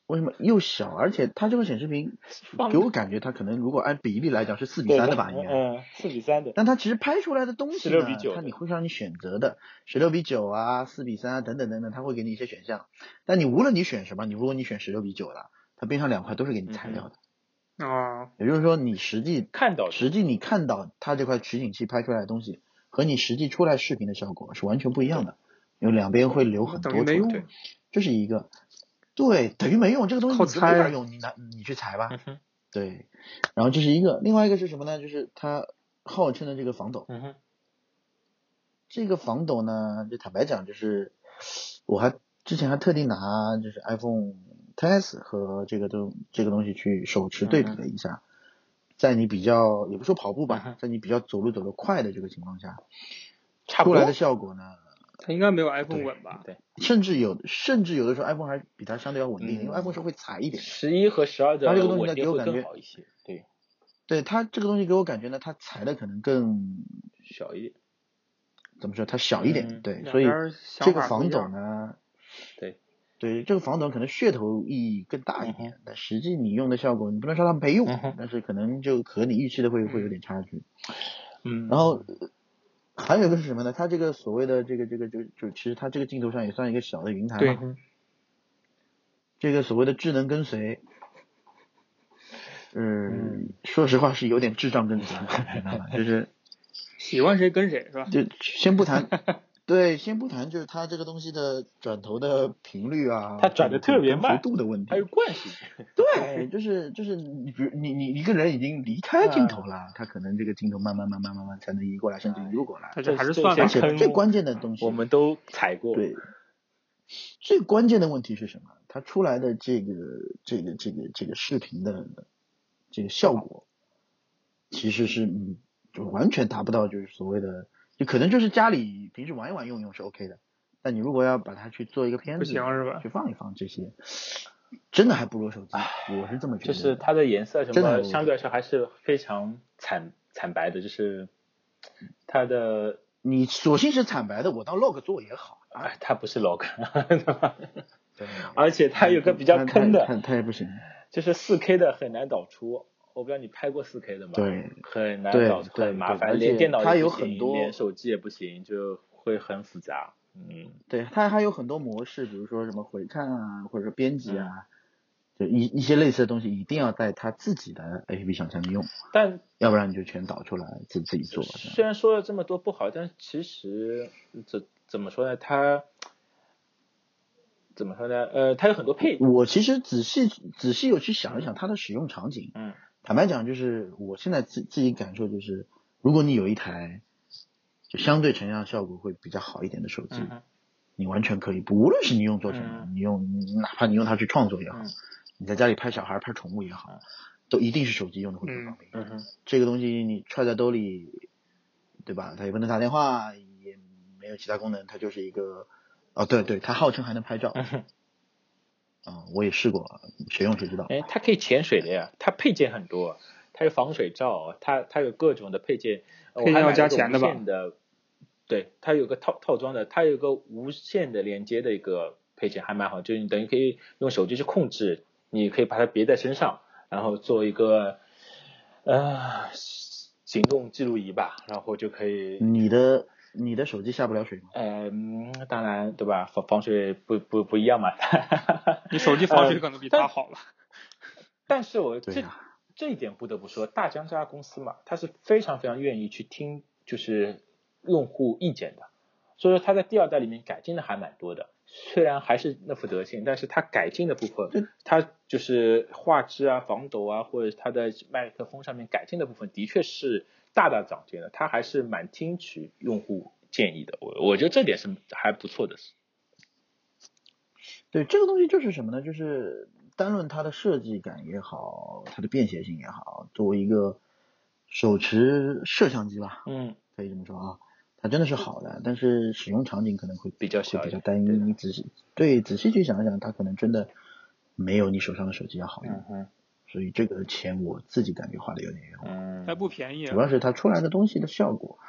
C: 为什么又小，而且它这块显示屏
A: 方
C: 给
A: 的
C: 我感觉它可能如果按比例来讲是四比
A: 对
C: 三的吧，应该。
A: 嗯，四比三的。
C: 但它其实拍出来的东西呢，
A: 16比9
C: 它你会让你选择的，十六比九啊、四比三啊等等等等，它会给你一些选项。但你无论你选什么，你如果你选十六比九了，它边上两块都是给
A: 嗯
C: 你裁掉的。
B: 啊，
C: 也就是说，你实际
A: 看到的
C: 实际你看到它这块取景器拍出来的东西，和你实际出来视频的效果是完全不一样的，因为两边会留
B: 那
C: 很多
B: 等于没
C: 出
B: 用
C: 来
A: 对。
C: 这是一个，对，等于没用，这个东西
B: 靠
C: 你就没法
B: 猜
C: 用，你拿你去裁吧
A: 嗯，哼，
C: 对。然后这是一个，另外一个是什么呢？就是它号称的这个防抖，
A: 嗯哼，
C: 这个防抖呢，就坦白讲，就是我还之前还特地拿就是 iPhone X 和这个东这个东西去手持对比了一下，在你比较也不说跑
A: 嗯
C: 步吧，在你比较走路走得快的这个情况下，
A: 差不
C: 出来
A: 多
C: 的。效果呢，
B: 它应该没有 iPhone
C: 对
B: 稳吧？
C: 甚至有甚至有的时候 iPhone 还比它相对要稳定，
A: 嗯
C: 因为 iPhone 是会裁一点的。
A: 十一和十二的
C: 它这个东西
A: 稳
C: 呢给
A: 定
C: 我
A: 会
C: 感
A: 更
C: 觉
A: 好一些，对，
C: 对它这个东西给我感觉呢，它裁的可能更
A: 小一点。
C: 怎么说，它小一点，
A: 嗯
C: 对，
B: 两
C: 所以
B: 边儿想
C: 这个
B: 法不
C: 防
B: 一
C: 抖
B: 样
C: 呢，
A: 对
C: 对，这个防抖可能噱头意义更大一
A: 嗯
C: 点，但实际你用的效果，你不能说它没用，
A: 嗯哼
C: 但是可能就和你预期的会会有点差距。
A: 嗯
C: 然后呃还有一个是什么呢？它这个所谓的这个这个这个，就其实它这个镜头上也算一个小的云台
B: 对
C: 嘛，，这个所谓的智能跟随。嗯
A: 嗯，
C: 说实话是有点智障跟随，你知道吧？就是
B: 喜欢谁跟谁是吧？
C: 就先不谈，对，先不谈，就是它这个东西的转头的频率啊，
A: 它转得
C: 这个
A: 特别
C: 跟幅
A: 慢哎
C: 度的问题
A: 还，有惯性，
C: 对，就是就是你比如你你一个人已经离开
A: 嗯
C: 镜头了，他可能这个镜头慢慢慢慢慢慢才能移过来，甚至移不过来。
B: 它这还是
A: 这
B: 算
A: 这
B: 法
C: 而
A: 些
C: 且
A: 坑
C: 最关键的东西，
A: 我们都踩过。
C: 对最关键的问题是什么？它出来的这个这个这个这个视频的这个效果，其实是嗯，就完全达不到就是所谓的，就可能就是家里平时玩一玩用用是 OK 的，但你如果要把它去做一个片
B: 不
C: 子，
B: 行是吧
C: 去放一放这些，真的还不如手机，我是这么觉
A: 就
C: 得。
A: 是它的颜色什
C: 嗯真的
A: 么，
C: 很
A: 相对来说还是非常惨惨白的，就是它的，
C: 你索性是惨白的，我当 log 做也好。啊
A: 哎，它不是 log，
C: 对
A: 而且它有个比较坑的，
C: 嗯他他也不行。
A: 就是四 K 的很难导出，我不知道你拍过 4K 的吗？
C: 对，
A: 很难
C: 对
A: 搞，
C: 对
A: 很麻
C: 对
A: 烦，
C: 而
A: 连
C: 且
A: 电脑
C: 它
A: 也
C: 有
A: 不行
C: 很多
A: 连手机也不行，就会很复杂。嗯，
C: 对，它还有很多模式，比如说什么回看啊，或者说编辑啊，就一一些类似的东西，一定要在它自己的 APP 小程序用，
A: 但
C: 要不然你就全导出来自自己做。这样
A: 虽然说了这么多不好，但其实怎怎么说呢？它怎么说呢？呃，它有很多配置。
C: 我其实仔细仔细有去想一想它的使用场景，
A: 嗯
C: 坦白讲，就是我现在自自己感受就是，如果你有一台就相对成像效果会比较好一点的手机，
A: 嗯哼
C: 你完全可以不，无论是你用做什么，你用你哪怕你用它去创作也好，
A: 嗯
C: 你在家里拍小孩、拍宠物也好，都一定是手机用的会更方便。
A: 嗯哼
C: 这个东西你揣在兜里，对吧？它也不能打电话，也没有其他功能，它就是一个，哦，对对，它号称还能拍照，
A: 嗯哼
C: 啊、我也试过，谁用谁知道。
A: 哎，它可以潜水的呀，它配件很多，它有防水罩，它它有各种的配件，呃我
B: 配件
A: 还
B: 要
A: 买了
B: 加
A: 个
B: 钱
A: 无
B: 的吧
A: 线的对，它有个套套装的，它有个无线的连接的一个配件，还蛮好，就是你等于可以用手机去控制，你可以把它别在身上，然后做一个呃行动记录仪吧，然后就可以
B: 嗯
C: 你的你的手机下不了水吗？
A: 呃，嗯当然对吧？防防水不不不一样嘛。
B: 你手机防水可能比它好了。
A: 但是我这、
C: 对呀
A: 这一点不得不说，大疆这家公司嘛，它是非常非常愿意去听就是用户意见的，所以说它在第二代里面改进的还蛮多的。虽然还是那副德行，但是它改进的部
C: 对
A: 分，它就是画质啊、防抖啊，或者它的麦克风上面改进的部分，的确是大大长进的。它还是蛮听取用户建议的，我我觉得这点是还不错的。
C: 对，这个东西就是什么呢？就是单论它的设计感也好，它的便携性也好，作为一个手持摄像机吧，
A: 嗯，
C: 可以这么说啊，它真的是好的，但是使用场景可能会
A: 比较
C: 会
A: 小一
C: 比较
A: 点
C: 单一。
A: 对的
C: 你仔细对仔细去想一想，它可能真的没有你手上的手机要好用。
A: 嗯哼，
C: 所以这个钱我自己感觉花的有点冤枉，
A: 嗯
B: 还不便宜啊，
C: 主要是它出来的东西的效果，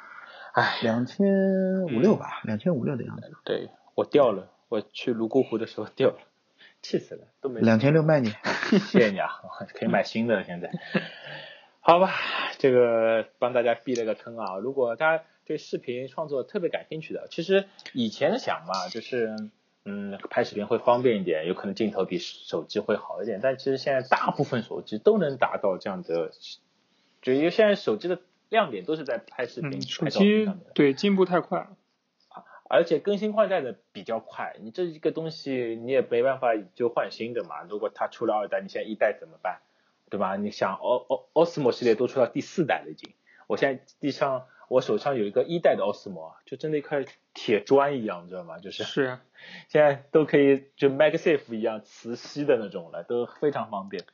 A: 唉，
C: 两千五六吧，
A: 嗯
C: 两千五六的样子，
A: 对我掉了，我去泸沽湖的时候掉了，气死了，都没
C: 两千六卖 你。
A: 谢谢你啊，可以买新的了现在。好吧，这个帮大家避了个坑啊。如果大家对视频创作特别感兴趣的，其实以前想嘛，就是嗯，拍视频会方便一点，有可能镜头比手机会好一点。但其实现在大部分手机都能达到这样的，就因为现在手机的亮点都是在拍视频、
B: 嗯，手
A: 拍照片
B: 机
A: 上面。
B: 对进步太快了。
A: 而且更新换代的比较快，你这一个东西你也没办法就换新的嘛。如果它出了二代，你现在一代怎么办？对吧？你想 O O Osmo 系列都出到第四代了已经，我现在地上我手上有一个一代的 Osmo，就啊真的一块铁砖一样，你知道吗？就是
B: 是啊，
A: 现在都可以就 MagSafe 一样磁吸的那种了，都非常方便。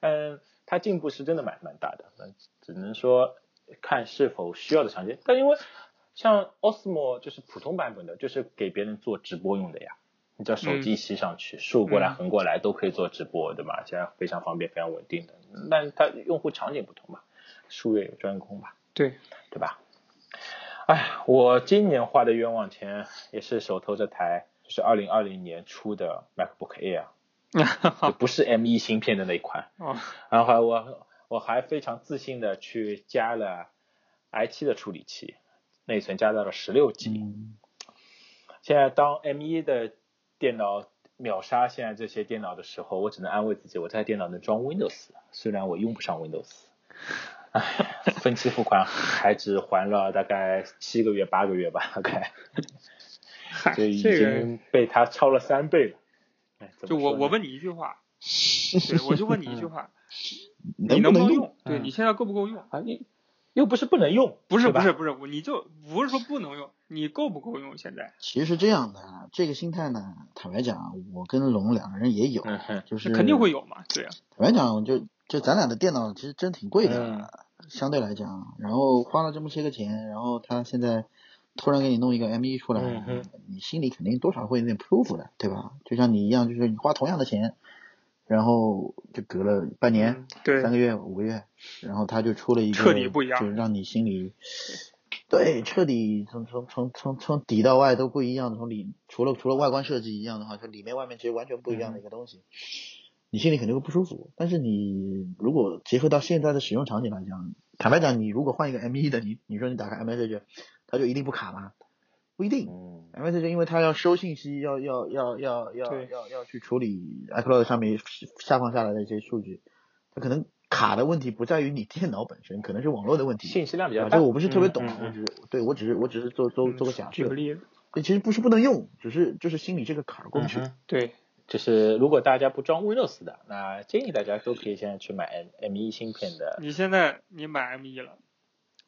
A: 嗯，它进步是真的蛮蛮大的，那只能说看是否需要的场景。但因为像 Osmo 就是普通版本的，就是给别人做直播用的呀。你只要手机吸上去，竖过来、
B: 嗯
A: 横过来都可以做直播，对吧？现在非常方便，非常稳定的。但它用户场景不同嘛，术业有专攻吧。
B: 对，
A: 对吧？哎，我今年花的冤枉钱也是手头这台，就是二零二零年出的 MacBook Air，就不是 M 1芯片的那一款。
B: 哦，
A: 然后还我我还非常自信的去加了 i 7的处理器，内存加到了十六 G。
C: 嗯，
A: 现在当 M 1的电脑秒杀现在这些电脑的时候，我只能安慰自己，我这台电脑能装 Windows，虽然我用不上 Windows。唉，分期付款还只还了大概七个月、八个月吧，大概
B: 嗨，
A: 就已
B: 这个
A: 经被他超了三倍了。哎，怎
B: 就
A: 么说
B: 我
A: 呢
B: 我问你一句话，对，我就问你一句话，你
C: 能不
B: 不能
C: 能？
B: 用？对
A: 嗯
B: 你现在够不够用？
A: 啊，你又不是不能用，
B: 不是
A: 对吧
B: 不是，不是，我你就不是说不能用，你够不够用？现在
C: 其实是这样的啊，这个心态呢，坦白讲，啊我跟龙两个人也有，
A: 嗯哼，
C: 就是
B: 是肯定会有嘛？对啊，
C: 坦白讲，就就咱俩的电脑其实真挺贵的，
A: 嗯
C: 相对来讲，然后花了这么些个钱，然后他现在突然给你弄一个 M 1出来，
A: 嗯哼
C: 你心里肯定多少会有点不舒服的，对吧？就像你一样，就是你花同样的钱，然后就隔了半年、
B: 嗯对
C: 三个月、五个月，然后他就出了一个
B: 彻底不一样
C: 就是让你心里。对，彻底从从从从从底到外都不一样，从里除了除了外观设计一样的话，就里面外面其实完全不一样的一个东西。你心里肯定会不舒服。但是你如果结合到现在的使用场景来讲，坦白讲，你如果换一个 M1 的，你你说你打开 iMessage，它就一定不卡吗？不一定。
A: 嗯，
C: iMessage 因为它要收信息，要要要要要
B: 对
C: 要要去处理 iCloud 上面下放下来的一些数据，它可能卡的问题不在于你电脑本身，可能是网络的问题。
A: 信息量比
C: 啊
A: 较
C: 这
A: 大
C: 个。我不是特别懂，
A: 嗯嗯
C: 我只是对我只是我只是做做
B: 嗯
C: 做个假
B: 举
C: 设
B: 个，例子，
C: 对其实不是不能用，只是就是心里这个坎儿过不去
A: 嗯。哼
B: 对，
A: 就是如果大家不装 Windows 的，那建议大家都可以现在去买 M M 一芯片的，
B: 你现在你买 M 一了，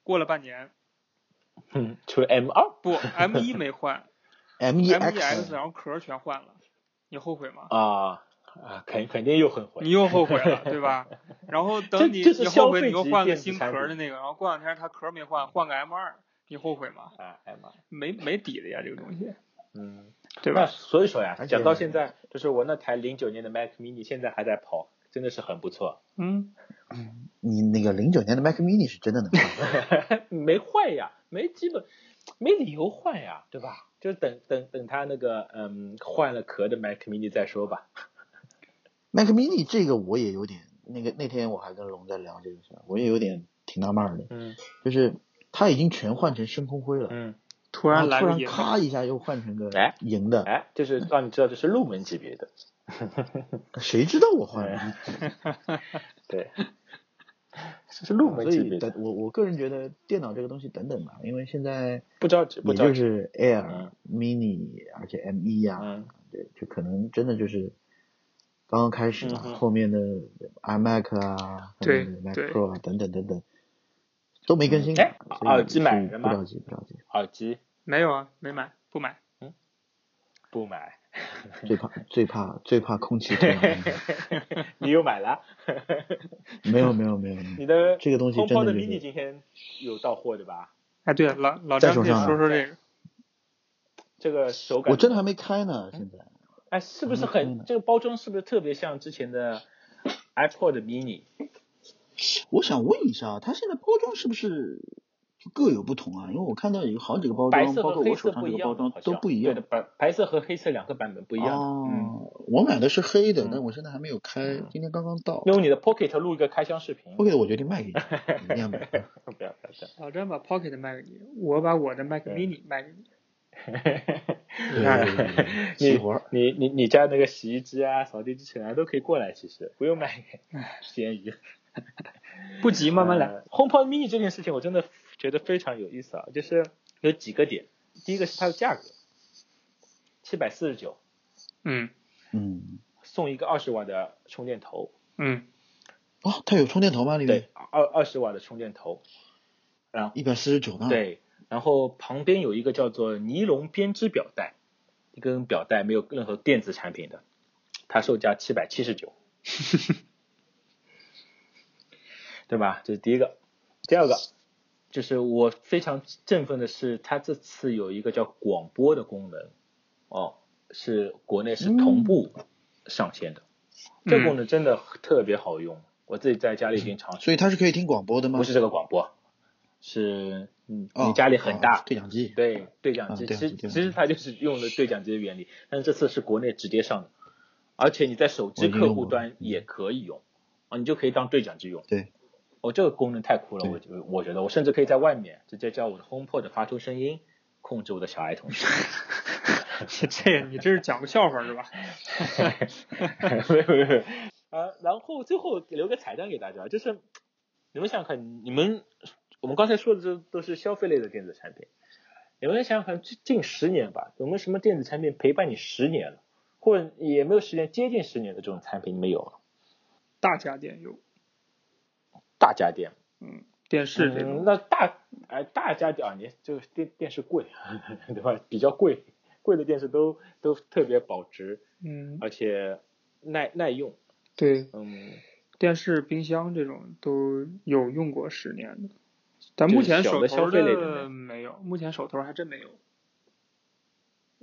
B: 过了半年
A: 嗯，出 M 二
B: 不 M 一没换
C: M 一
B: ，M 一 X 啊
C: X
B: 然后壳全换了，你后悔吗？
A: 啊啊，肯肯定又很
B: 你
A: 回。
B: 又后悔了，对吧？然后
A: 这
B: 等你
A: 这是
B: 你
A: 消
B: 后悔，
A: 费
B: 你又
A: 级
B: 换个
A: 电子
B: 新壳
A: 产
B: 儿的
A: 品
B: 那个，然后过两天它壳儿没换，换个 M 二，你后悔吗？
A: 啊，M 二，
B: 没没底的呀，这个东西，
A: 嗯，
B: 对
A: 那
B: 吧？
A: 所以说呀
C: 而，且
A: 讲到现在，就是我那台零九年的 Mac Mini 现在还在跑，真的是很不错，
B: 嗯，
C: 你那个零九年的 Mac Mini 是真的能看，
A: 没坏呀，没基本没理由换呀，对吧？就是等等等它那个嗯换了壳的 Mac Mini 再说吧。
C: Mac Mini 这个我也有点那个那天我还跟龙在聊这个事儿，我也有点挺纳闷儿的，
A: 嗯
C: 就是它已经全换成深空灰了，
A: 嗯，
B: 突
C: 然
B: 然
C: 后
B: 来
C: 啊突
B: 个
C: 然
B: 野
C: 咔一下又换成个
A: 哎
C: 银的，
A: 哎，就是让你知道这是入门级别的，
C: 谁知道我
A: 哎
C: 换了？
A: 对，嗯这是入门
C: 所
A: 级
C: 以
A: 别的
C: 等，我我个人觉得电脑这个东西等等吧，因为现在
A: 不着急，不
C: 也
A: 着
C: 就
A: 急。
C: 是 Air
A: 嗯、
C: Mini，而且 M 1呀、
A: 嗯，
C: 对，就可能真的就是刚刚开始嘛，
A: 嗯哼
C: 后面的 iMac 啊，
B: 对
C: 后面的 Mac
B: 对
C: Pro 啊等等等等都没更新嘛，
A: 哎
C: 所以
A: 耳机买了吗
C: 不着急不着急，
A: 耳机
B: 没有啊，没买，不买。
A: 不买，
C: 最怕最怕最怕空气突然
A: 你又买了？
C: 没有没有没有没有，
A: 你的
C: 这个东西真
A: HomePod
C: 的
A: 的
C: 就
A: mini
C: 是
A: 今天有到货对吧？
B: 哎，对，老老
C: 在
B: 张
C: 手
B: 可以
C: 上啊
B: 说说这个，
A: 这个手感，
C: 我真的还嗯没开呢，现在
A: 哎，是不是
C: 还没开呢
A: 很这个包装是不是特别像之前的 iPod mini？
C: 我想问一下，它现在包装是不是就各有不同啊？因为我看到有好几个包
A: 白
C: 装，
A: 色
C: 包
A: 和
C: 括
A: 黑
C: 我手
A: 色
C: 上
A: 不
C: 这
A: 一
C: 个
A: 样
C: 包
A: 的，
C: 装
A: 好
C: 都
A: 像
C: 不一样
A: 对的，。白白色和黑色两个版本不一样的。嗯，
C: 哦，我买的是黑的，
A: 嗯
C: 但我现在还没有开，今天刚刚到。
A: 用你的 Pocket 录一个开箱视频。
C: OK，我决定卖给你，你要 买。
A: 不要不要这
B: 老张把 Pocket 卖给你，我把我的 Mac Mini 卖给你。
A: 样。
C: 对对对对齐活儿。
A: 你你你家那个洗衣机啊、扫地机器人啊都可以过来，其实不用买咸鱼。
B: 不急，慢慢来。
A: 呃 HomePod Mini 这件事情，我真的觉得非常有意思啊，就是有几个点，第一个是它的价格，七百四十九
B: 嗯
C: 嗯，
A: 送一个二十瓦的充电头，
B: 嗯，
C: 哦，它有充电头吗？里面
A: 对，二二十瓦的充电头，然后
C: 一百四十九呢。，
A: 对，然后旁边有一个叫做尼龙编织表带，一根表带没有任何电子产品的，它售价七百七十九， 对吧？这是第一个，第二个就是我非常振奋的是，它这次有一个叫广播的功能，哦，是国内是同步上线的，这功能真的特别好用，我自己在家里已经尝试过
C: 所以它是可以听广播的吗？
A: 不是这个广播，是嗯，
C: 哦，
A: 你家里很大，
C: 哦对讲机。
A: 对对讲
C: 啊
A: 机，
C: 对
A: 其实
C: 对对
A: 其实它就是用了对讲机的原理，但是这次是国内直接上的，而且你在手
C: 我
A: 机
C: 已经
A: 客户
C: 用过了
A: 端
C: 嗯
A: 也可以用，啊，你就可以当对讲机用。
C: 对，
A: 哦，这个功能太酷了，
C: 对
A: 我觉得我觉得我甚至可以在外面直接叫我的 HomePod 发出声音，控制我的小爱同学。
B: 这你这是讲个笑话是吧？
A: 没有没有没有。呃，然后最后留个彩蛋给大家，就是你们想想看，你们我们刚才说的这都是消费类的电子产品，你们想想看，近近十年吧，有没有什么电子产品陪伴你十年了，或者也没有十年，接近十年的这种产品，你们有吗？
B: 大家电有，
A: 大家电，
B: 电视
A: 嗯
B: 这种，
A: 那大哎、大家电啊，你这个电电视贵， 对吧？比较贵，贵的电视都都特别保值，
B: 嗯，
A: 而且耐耐用，
B: 对，
A: 嗯。
B: 电视、冰箱这种都有用过十年的，但
A: 就是
B: 目前
A: 小
B: 手
A: 的消
B: 头
A: 费类的那种
B: 没有，目前手头还真没有。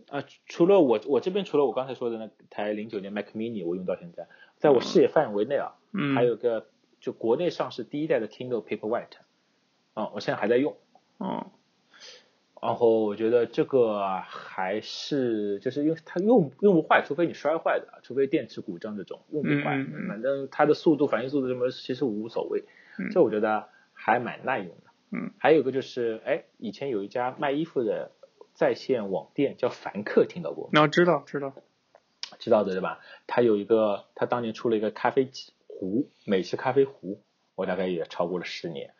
A: 啊，除了我我这边除了我刚才说的那台零九年 Mac Mini，我用到现在，在我视野范围内啊，
B: 嗯，
A: 还有个就国内上市第一代的 Kindle Paperwhite，啊、我现在还在用。
B: 哦，
A: 然后我觉得这个还是就是因为它用用不坏，除非你摔坏的，除非电池故障这种用不坏，
B: 嗯嗯嗯
A: 反正它的速度、反应速度什么其实无所谓，
B: 嗯
A: 这我觉得还蛮耐用的。
B: 嗯，
A: 还有一个就是，哎，以前有一家卖衣服的在线网店叫凡客，听到过吗？
B: 那知道知道，
A: 知道的对吧？它有一个，它当年出了一个咖啡壶，美式咖啡壶，我大概也超过了十年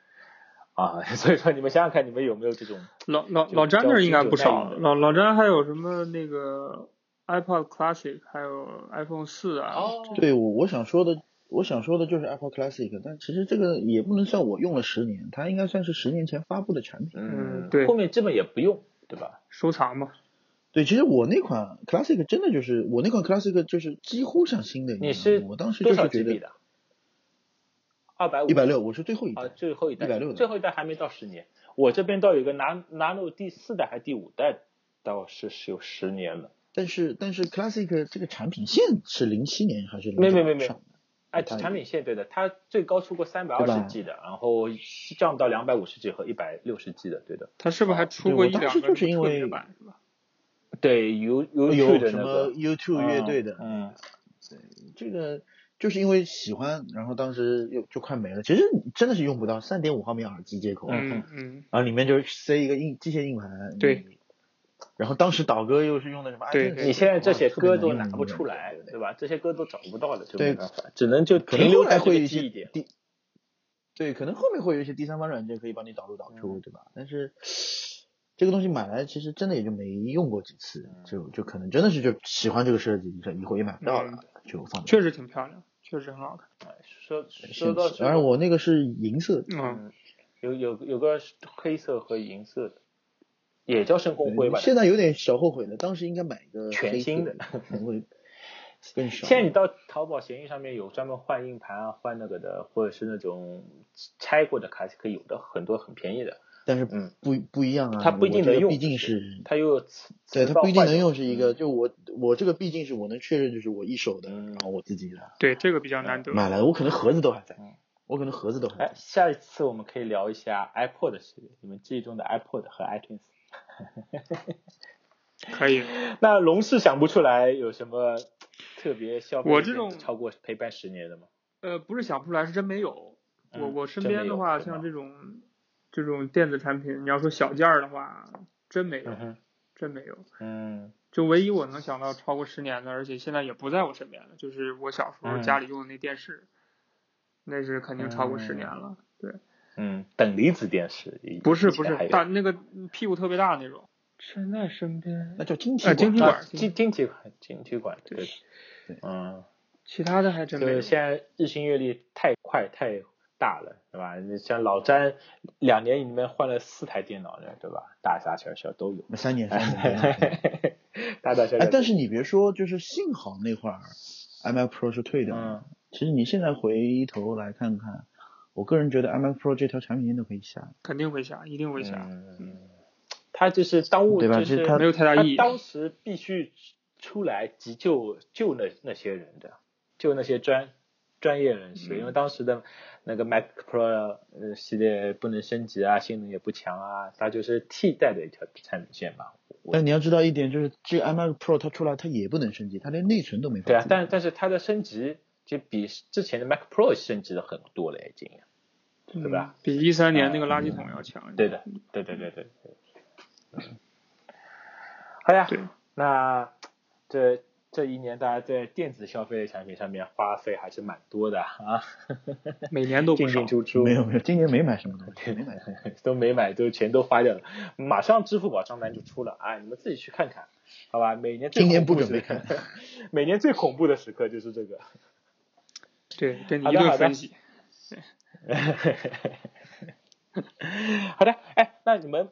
A: 啊。 所以说，你们想想看，你们有没有这种
B: 老老
A: 就
B: 老詹那儿应该
A: 就
B: 不
A: 耐用
B: 少，
A: 的
B: 老老詹还有什么那个 iPod Classic，还有 iPhone 四啊，
A: 哦
C: 对我我想说的，我想说的就是 Apple Classic，但其实这个也不能算我用了十年，它应该算是十年前发布的产品。
A: 嗯，
B: 嗯对
A: 后面基本也不用，对吧？
B: 收藏嘛，
C: 对，其实我那款 Classic 真的就是我那款 Classic 就是几乎像新的一样。
A: 你是
C: 嗯我当时就
A: 多少
C: 是觉
A: GB
C: 得
A: 的？二百五
C: 一百六，我是最后一
A: 啊，
C: 代。
A: 最后一代
C: 160的
A: 最后一代还没到十年。我这边倒有一个拿 Nano 第四代还是第五代，倒是是有十年了。
C: 但是但是 Classic 这个产品线是零七年还是零
A: 没没没没
C: 上
A: 哎，
C: 大概
A: 产品线对的，它最高出过三百二
C: 对吧
A: 十 G 的，然后降到两百五十 G 和一百六十 G 的，对的。
B: 他是不是还出过
C: 对
B: 一
C: 我当
B: 两
C: 时
B: 个
C: 就
B: 特
C: 是因为
B: 别版是吧？
A: 对，有有
C: 有
A: 的
C: 哎什
A: 那
C: 么
A: 个
C: YouTube 乐队的，
A: 嗯，
C: 这个就是因为喜欢，然后当时又就快没了。其实真的是用不到三点五毫米耳机接口，
B: 嗯嗯，
C: 然后里面就是塞一个硬机械硬盘。
B: 对
C: 你。然后当时导哥又是用的什么？
B: 对
C: 哎
B: 对
A: 你现在这些歌都拿
C: 拿
A: 不出来，对吧？这些歌都找不到的，就
C: 对
A: 没办法，只能就
C: 可
A: 停
C: 能后
A: 留
C: 来
A: 在这
C: 会有
A: 个
C: 一
A: 记忆
C: 些
A: 点。
C: 第，对，可能后面会有一些第三方软件可以帮你导入导
A: 嗯
C: 出，对吧？但是这个东西买来其实真的也就没用过几次，
A: 嗯
C: 就就可能真的是就喜欢这个设计，以后也买不到了，
B: 嗯
C: 就放着。
B: 确实挺漂亮，确实很好看。嗯
A: 哎说说
C: 现
A: 到
C: 实，
A: 这
C: 当然
A: 个，
C: 我那个是银色的，
B: 嗯，
A: 有有有个黑色和银色的，也叫深空灰吧？
C: 现在有点小后悔了，当时应该买一个
A: 全
C: 黑色
A: 新的，
C: 可能会更少。
A: 现在你到淘宝、闲鱼上面有专门换硬盘啊、换那个的，或者是那种拆过的卡可以有的，很多很便宜的。
C: 但是
A: 嗯
C: 不不一样啊，
A: 它不一定
C: 我这
A: 能
C: 个
A: 用
C: 毕竟
A: 就是它又有磁
C: 对，
A: 磁
C: 它
A: 道
C: 不一定
A: 坏
C: 能
A: 掉
C: 用是一个，就我我这个毕竟是我能确认就是我一手的，
A: 嗯
C: 然后我自己的
B: 对，这个比较难得。
C: 买来的，我可能盒子都还在
A: 嗯，
C: 我可能盒子都还
A: 哎
C: 在，。
A: 下一次我们可以聊一下 iPod 系列，你们记忆中的 iPod 和 iTunes。
B: 可以。
A: 那龙是想不出来有什么特别消费
B: 我
A: 电
B: 这种
A: 子超过陪伴十年的吗？
B: 呃，不是想不出来，是真没有。
A: 嗯
B: 我我身
A: 真没
B: 边的
A: 有
B: 话，
A: 对吧
B: 像这种这种电子产品，你要说小件儿的话，真没有
A: 嗯，哼，
B: 真没有。
A: 嗯
B: 就唯一我能想到超过十年的，而且现在也不在我身边了，就是我小时候
A: 嗯
B: 家里用的那电视，那是肯定超过十年了。
A: 嗯，等离子电视以
B: 不是
A: 以前
B: 不是
A: 还有啊
B: 大那个屁股特别大那种。现在身边
C: 那叫晶体
B: 呃晶
C: 管
B: 体管
A: 啊晶晶体管晶体管对的，
C: 对
A: 嗯。
B: 其他的还真
A: 就
B: 没有
A: 是。现在日新月异太快太大了，对吧？你像老詹两年里面换了四台电脑了，对吧？大大小小都 有，
C: 那 三年三年。三年
A: 大大小小
C: 哎，
A: 都
C: 但
A: 有
C: 是你别说，就是幸好那会儿 iMac Pro 是退掉的。
A: 嗯
C: 其实你现在回头来看看，我个人觉得 iMac Pro 这条产品线都可以下。
B: 肯定会下，一定会下，
A: 嗯，他就是当务
C: 对吧
A: 就
C: 这
A: 是
C: 他
B: 没有太大
A: 嗯他
B: 意义。
A: 当时必须出来急救救那那些人的，救那些专专业人士，
B: 嗯
A: 因为当时的那个 Mac Pro 呃系列不能升级啊，性能也不强啊，它就是替代的一条产品线嘛。
C: 但你要知道一点，就是这个 iMac Pro 它出来，它也不能升级，它连内存都没法
A: 对啊
C: 自，己
A: 但但是它的升级就比之前的 Mac Pro 升级的很多了，已经。对吧嗯
B: 嗯？比一三年那个垃圾桶要强。
A: 对
C: 嗯
A: 的，对对对对。对好呀，
B: 对，
A: 那这这一年大家在电子消费产品上面花费还是蛮多的啊，
B: 每年都不
A: 进
B: 少
A: 进。出出
C: 没有没有，今年没买什么东西，没买什么。
A: 都没买，都全都花掉了。马上支付宝账单就出了啊，你们自己去看看，好吧？每年最
C: 今年
A: 恐怖
C: 不准
A: 时
C: 备
A: 刻， 每年最恐怖的时刻就是这个。
B: 对，跟你
A: 好
B: 一
A: 的好的
B: 顿分析。
A: 好的，哎，那你们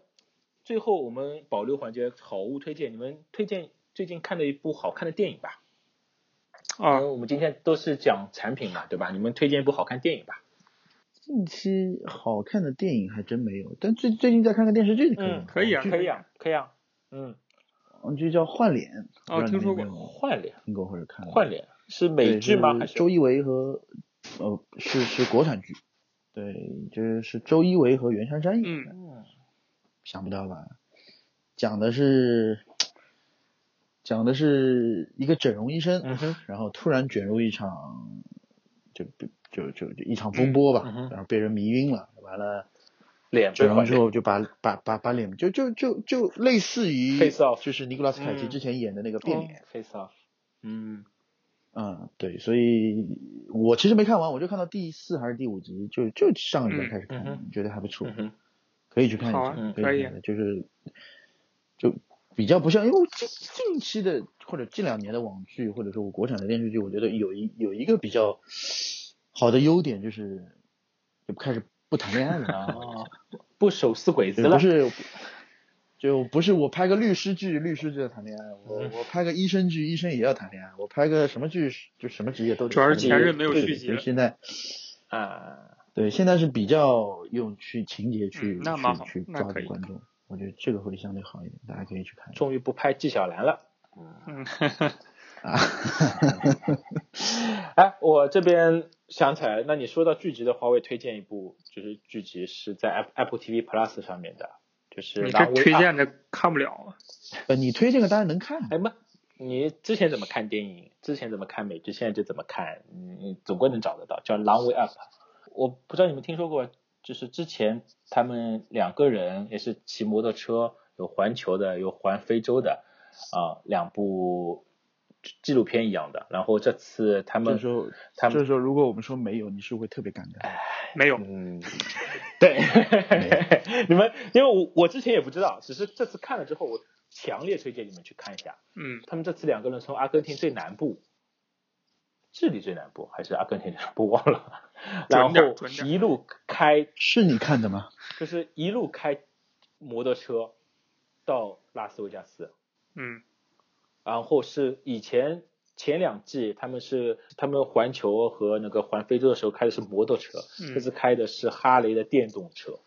A: 最后我们保留环节好物推荐，你们推荐最近看的一部好看的电影吧？因为
B: 啊，
A: 我们今天都是讲产品嘛，对吧？你们推荐一部好看电影吧？
C: 近期好看的电影还真没有，但最最近在看个电视剧可以吗
A: 嗯
B: 可以啊
A: 可以啊，可以啊。嗯，
C: 嗯，就叫《换脸》，
B: 哦
C: 不知道你们有没
B: 听
C: 有
A: 换脸，
C: 听过或者看过？
A: 换脸是
C: 对
A: 美剧吗？
C: 是
A: 嗯还是
C: 周一围和呃是是国产剧，对，就是周一围和袁姗姗演的，
B: 嗯
A: 嗯
C: 想不到吧？讲的是讲的是一个整容医生，
A: 嗯哼
C: 然后突然卷入一场就就就就一场风波吧，
A: 嗯哼
C: 然后被人迷晕了，完了
A: 脸被
C: 整
A: 还
C: 容之后就把把把把脸就就就就类似于
A: Face off
C: 就是尼古拉斯凯奇
B: 嗯
C: 之前演的那个变脸。
A: face off，嗯
C: 嗯，对，所以我其实没看完，我就看到第四还是第五集，就就上个礼拜开始看，
A: 嗯嗯
C: 觉得还不错，
A: 嗯哼
C: 可以去看一
B: 好
C: 下，
B: 啊
A: 嗯
C: 可以去看一下，就是就比较不像，因为我近近期的或者这两年的网剧，或者说我国产的电视剧，我觉得有一有一个比较好的优点就是就开始不谈恋爱了，
A: 啊，不手撕鬼子
C: 就不
A: 了，
C: 是就不是我拍个律师剧，律师就要谈恋爱，我
A: 嗯
C: 我拍个医生剧，医生也要谈恋爱，我拍个什么剧就什么职业都得
B: 主要是
A: 前
C: 谈恋爱
A: 任
B: 没有
C: 对
B: 续集
C: 所以
B: 了
C: 现在
A: 啊，
C: 对，现在是比较用去情节去、
B: 嗯那蛮好
C: 去去
B: 那
C: 抓
B: 可
C: 住
B: 以
C: 观众，我觉得这个会相对好一点，大家可以去看一下
A: 终于不拍纪晓岚了。
B: 嗯，
C: 啊。
A: 哎，我这边想起来，那你说到剧集的话，我也推荐一部，就是剧集是在 App- Apple TV Plus 上面的，就是
B: 你
A: 《狼
B: 这
A: 为
B: 推
A: 二》。
B: 荐这看不了啊。
C: 呃，你推荐个大家能看
A: 哎妈，你之前怎么看电影？之前怎么看美剧？现在就怎么看？嗯嗯，总归能找得到，叫《狼为 Up》。我不知道你们听说过，就是之前他们两个人也是骑摩托车，有环球的，有环非洲的，啊、两部纪录片一样的。然后这次他
C: 这
A: 们
C: 时候，
A: 他
C: 这
A: 们
C: 时候如果我们说没有，你是不是会特别尴尬？
B: 没有，
A: 嗯， 对，
B: 嗯
A: 你们因为我我之前也不知道，只是这次看了之后，我强烈推荐你们去看一下。
B: 嗯，
A: 他们这次两个人从阿根廷最南部，智利最南部还是阿根廷最南部 忘了，然
B: 准点
A: 后
B: 儿准点儿
A: 一路开
C: 是你看的吗？
A: 就是一路开摩托车到拉斯维加斯，
B: 嗯，
A: 然后是以前前两季他们是他们环球和那个环非洲的时候开的是摩托车，
B: 嗯
A: 这次开的是哈雷的电动车。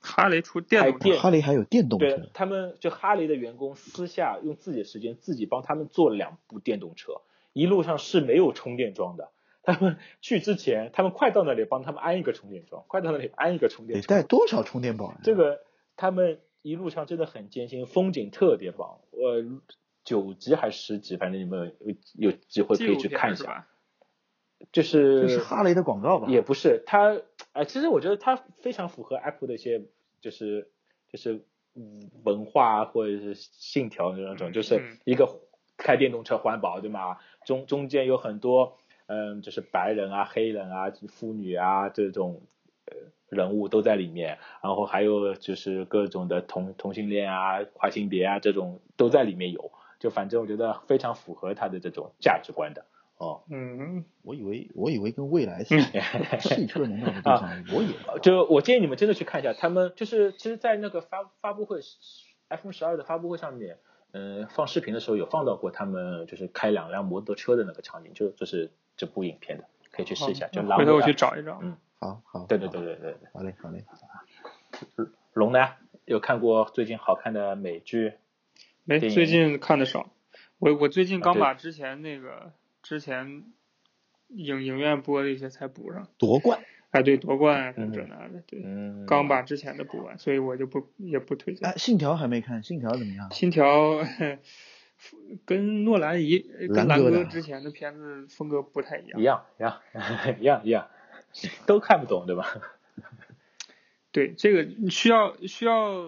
B: 哈雷出电动
A: 开电
B: 车，
C: 哈雷还有电动
A: 对
C: 车，
A: 他们就哈雷的员工私下用自己的时间自己帮他们做了两部电动车，一路上是没有充电桩的。他们去之前，他们快到那里帮他们安一个充电桩，快到那里安一个充
C: 得
A: 电
C: 带
A: 桩。
C: 多少充电宝啊？
A: 这个他们一路上真的很艰辛，风景特别棒。呃，九集还是十集，反正你们有有有机会可
B: 纪
A: 以
B: 录
A: 去
B: 片
A: 看一
B: 是
A: 下。
B: 吧？
A: 就是
C: 这是哈雷的广告吧？
A: 也不是，它哎、其实我觉得它非常符合 Apple 的一些就是就是嗯文化啊或者是信条的那种，
B: 嗯
A: 就是
B: 嗯
A: 一个开电动车环保对吗？中中间有很多嗯，就是白人啊、黑人啊、妇女啊这种。呃人物都在里面，然后还有就是各种的同同性恋啊、跨性别啊这种都在里面有，就反正我觉得非常符合他的这种价值观的哦。
B: 嗯，
C: 我以为我以为跟未来是
A: 嗯
C: 汽车能到 的地
A: 啊
C: 方，我也
A: 就我建议你们真的去看一下，他们就是其实，在那个发发布会，iPhone 十二的发布会上面，嗯、放视频的时候有放到过他们就是开两辆摩托车的那个场景，就就是这部影片的，可以去试一下。就狼
B: 哦回头我
A: 尾
B: 去
A: 啊。
B: 找一找。
C: 好好，
A: 对对对对对，对
C: 好嘞好嘞。
A: 龙呢有看过最近好看的美剧？
B: 没，
A: 电影
B: 最近看的少。我我最近
A: 啊
B: 刚
A: 对
B: 把之前那个之前影影院播的一些才补上。
C: 夺冠，
B: 哎，对，夺冠啊什么这那的，对，
A: 嗯，
B: 刚把之前的补完，所以我就不也不推荐
C: 哎，。信条还没看，信条怎么样？
B: 信条 跟诺兰一跟
C: 兰
B: 兰
C: 哥
B: 哥
C: 的
B: 之前的片子风格不太一
A: 一
B: 样。
A: 样一样 一样一样，都看不懂对吧？
B: 对，这个你需要需要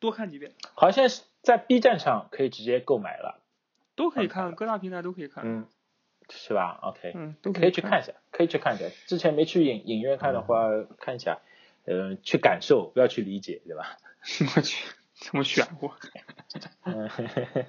B: 多看几遍，
A: 好像是在 B 站上可以直接购买了，
B: 都可以
A: 看看
B: 看，各大平台都可以看。
A: 嗯，是吧？OK，
B: 嗯，都
A: 可以去看
B: 看。
A: 一下，可以去看一下。之前没去影影院看的话，看一下，嗯、去感受，不要去理解，对吧？
B: 我去，这么玄乎。
A: 嗯，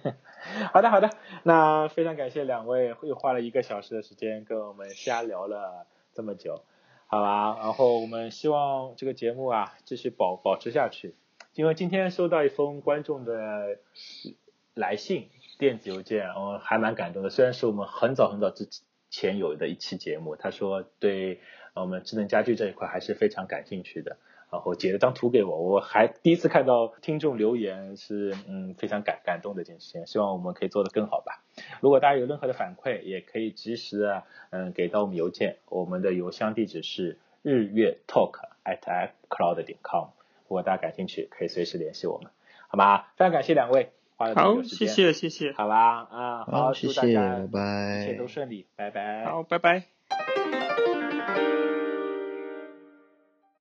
A: 好的好的，那非常感谢两位，又花了一个小时的时间跟我们瞎聊了这么久，好吧？然后我们希望这个节目啊继续保保持下去，因为今天收到一封观众的来信，电子邮件，我、还蛮感动的。虽然是我们很早很早之前有的一期节目，他说对呃我们智能家居这一块还是非常感兴趣的，然后截了张图给我，我还第一次看到听众留言是嗯非常感感动的一件事情，希望我们可以做得更好吧。如果大家有任何的反馈，也可以及时啊嗯给到我们邮件，我们的邮箱地址是日月 talk at cloud 点 com，如果大家感兴趣，可以随时联系我们。好吧？非常感谢两位花了这么
B: 好，
A: 久时
B: 谢
A: 间，，
B: 谢谢谢，
A: 好吧？啊，好，
C: 谢
A: 祝大
C: 谢，
A: 家
C: 拜拜，
A: 一切都顺利，拜拜。
B: 好，拜拜。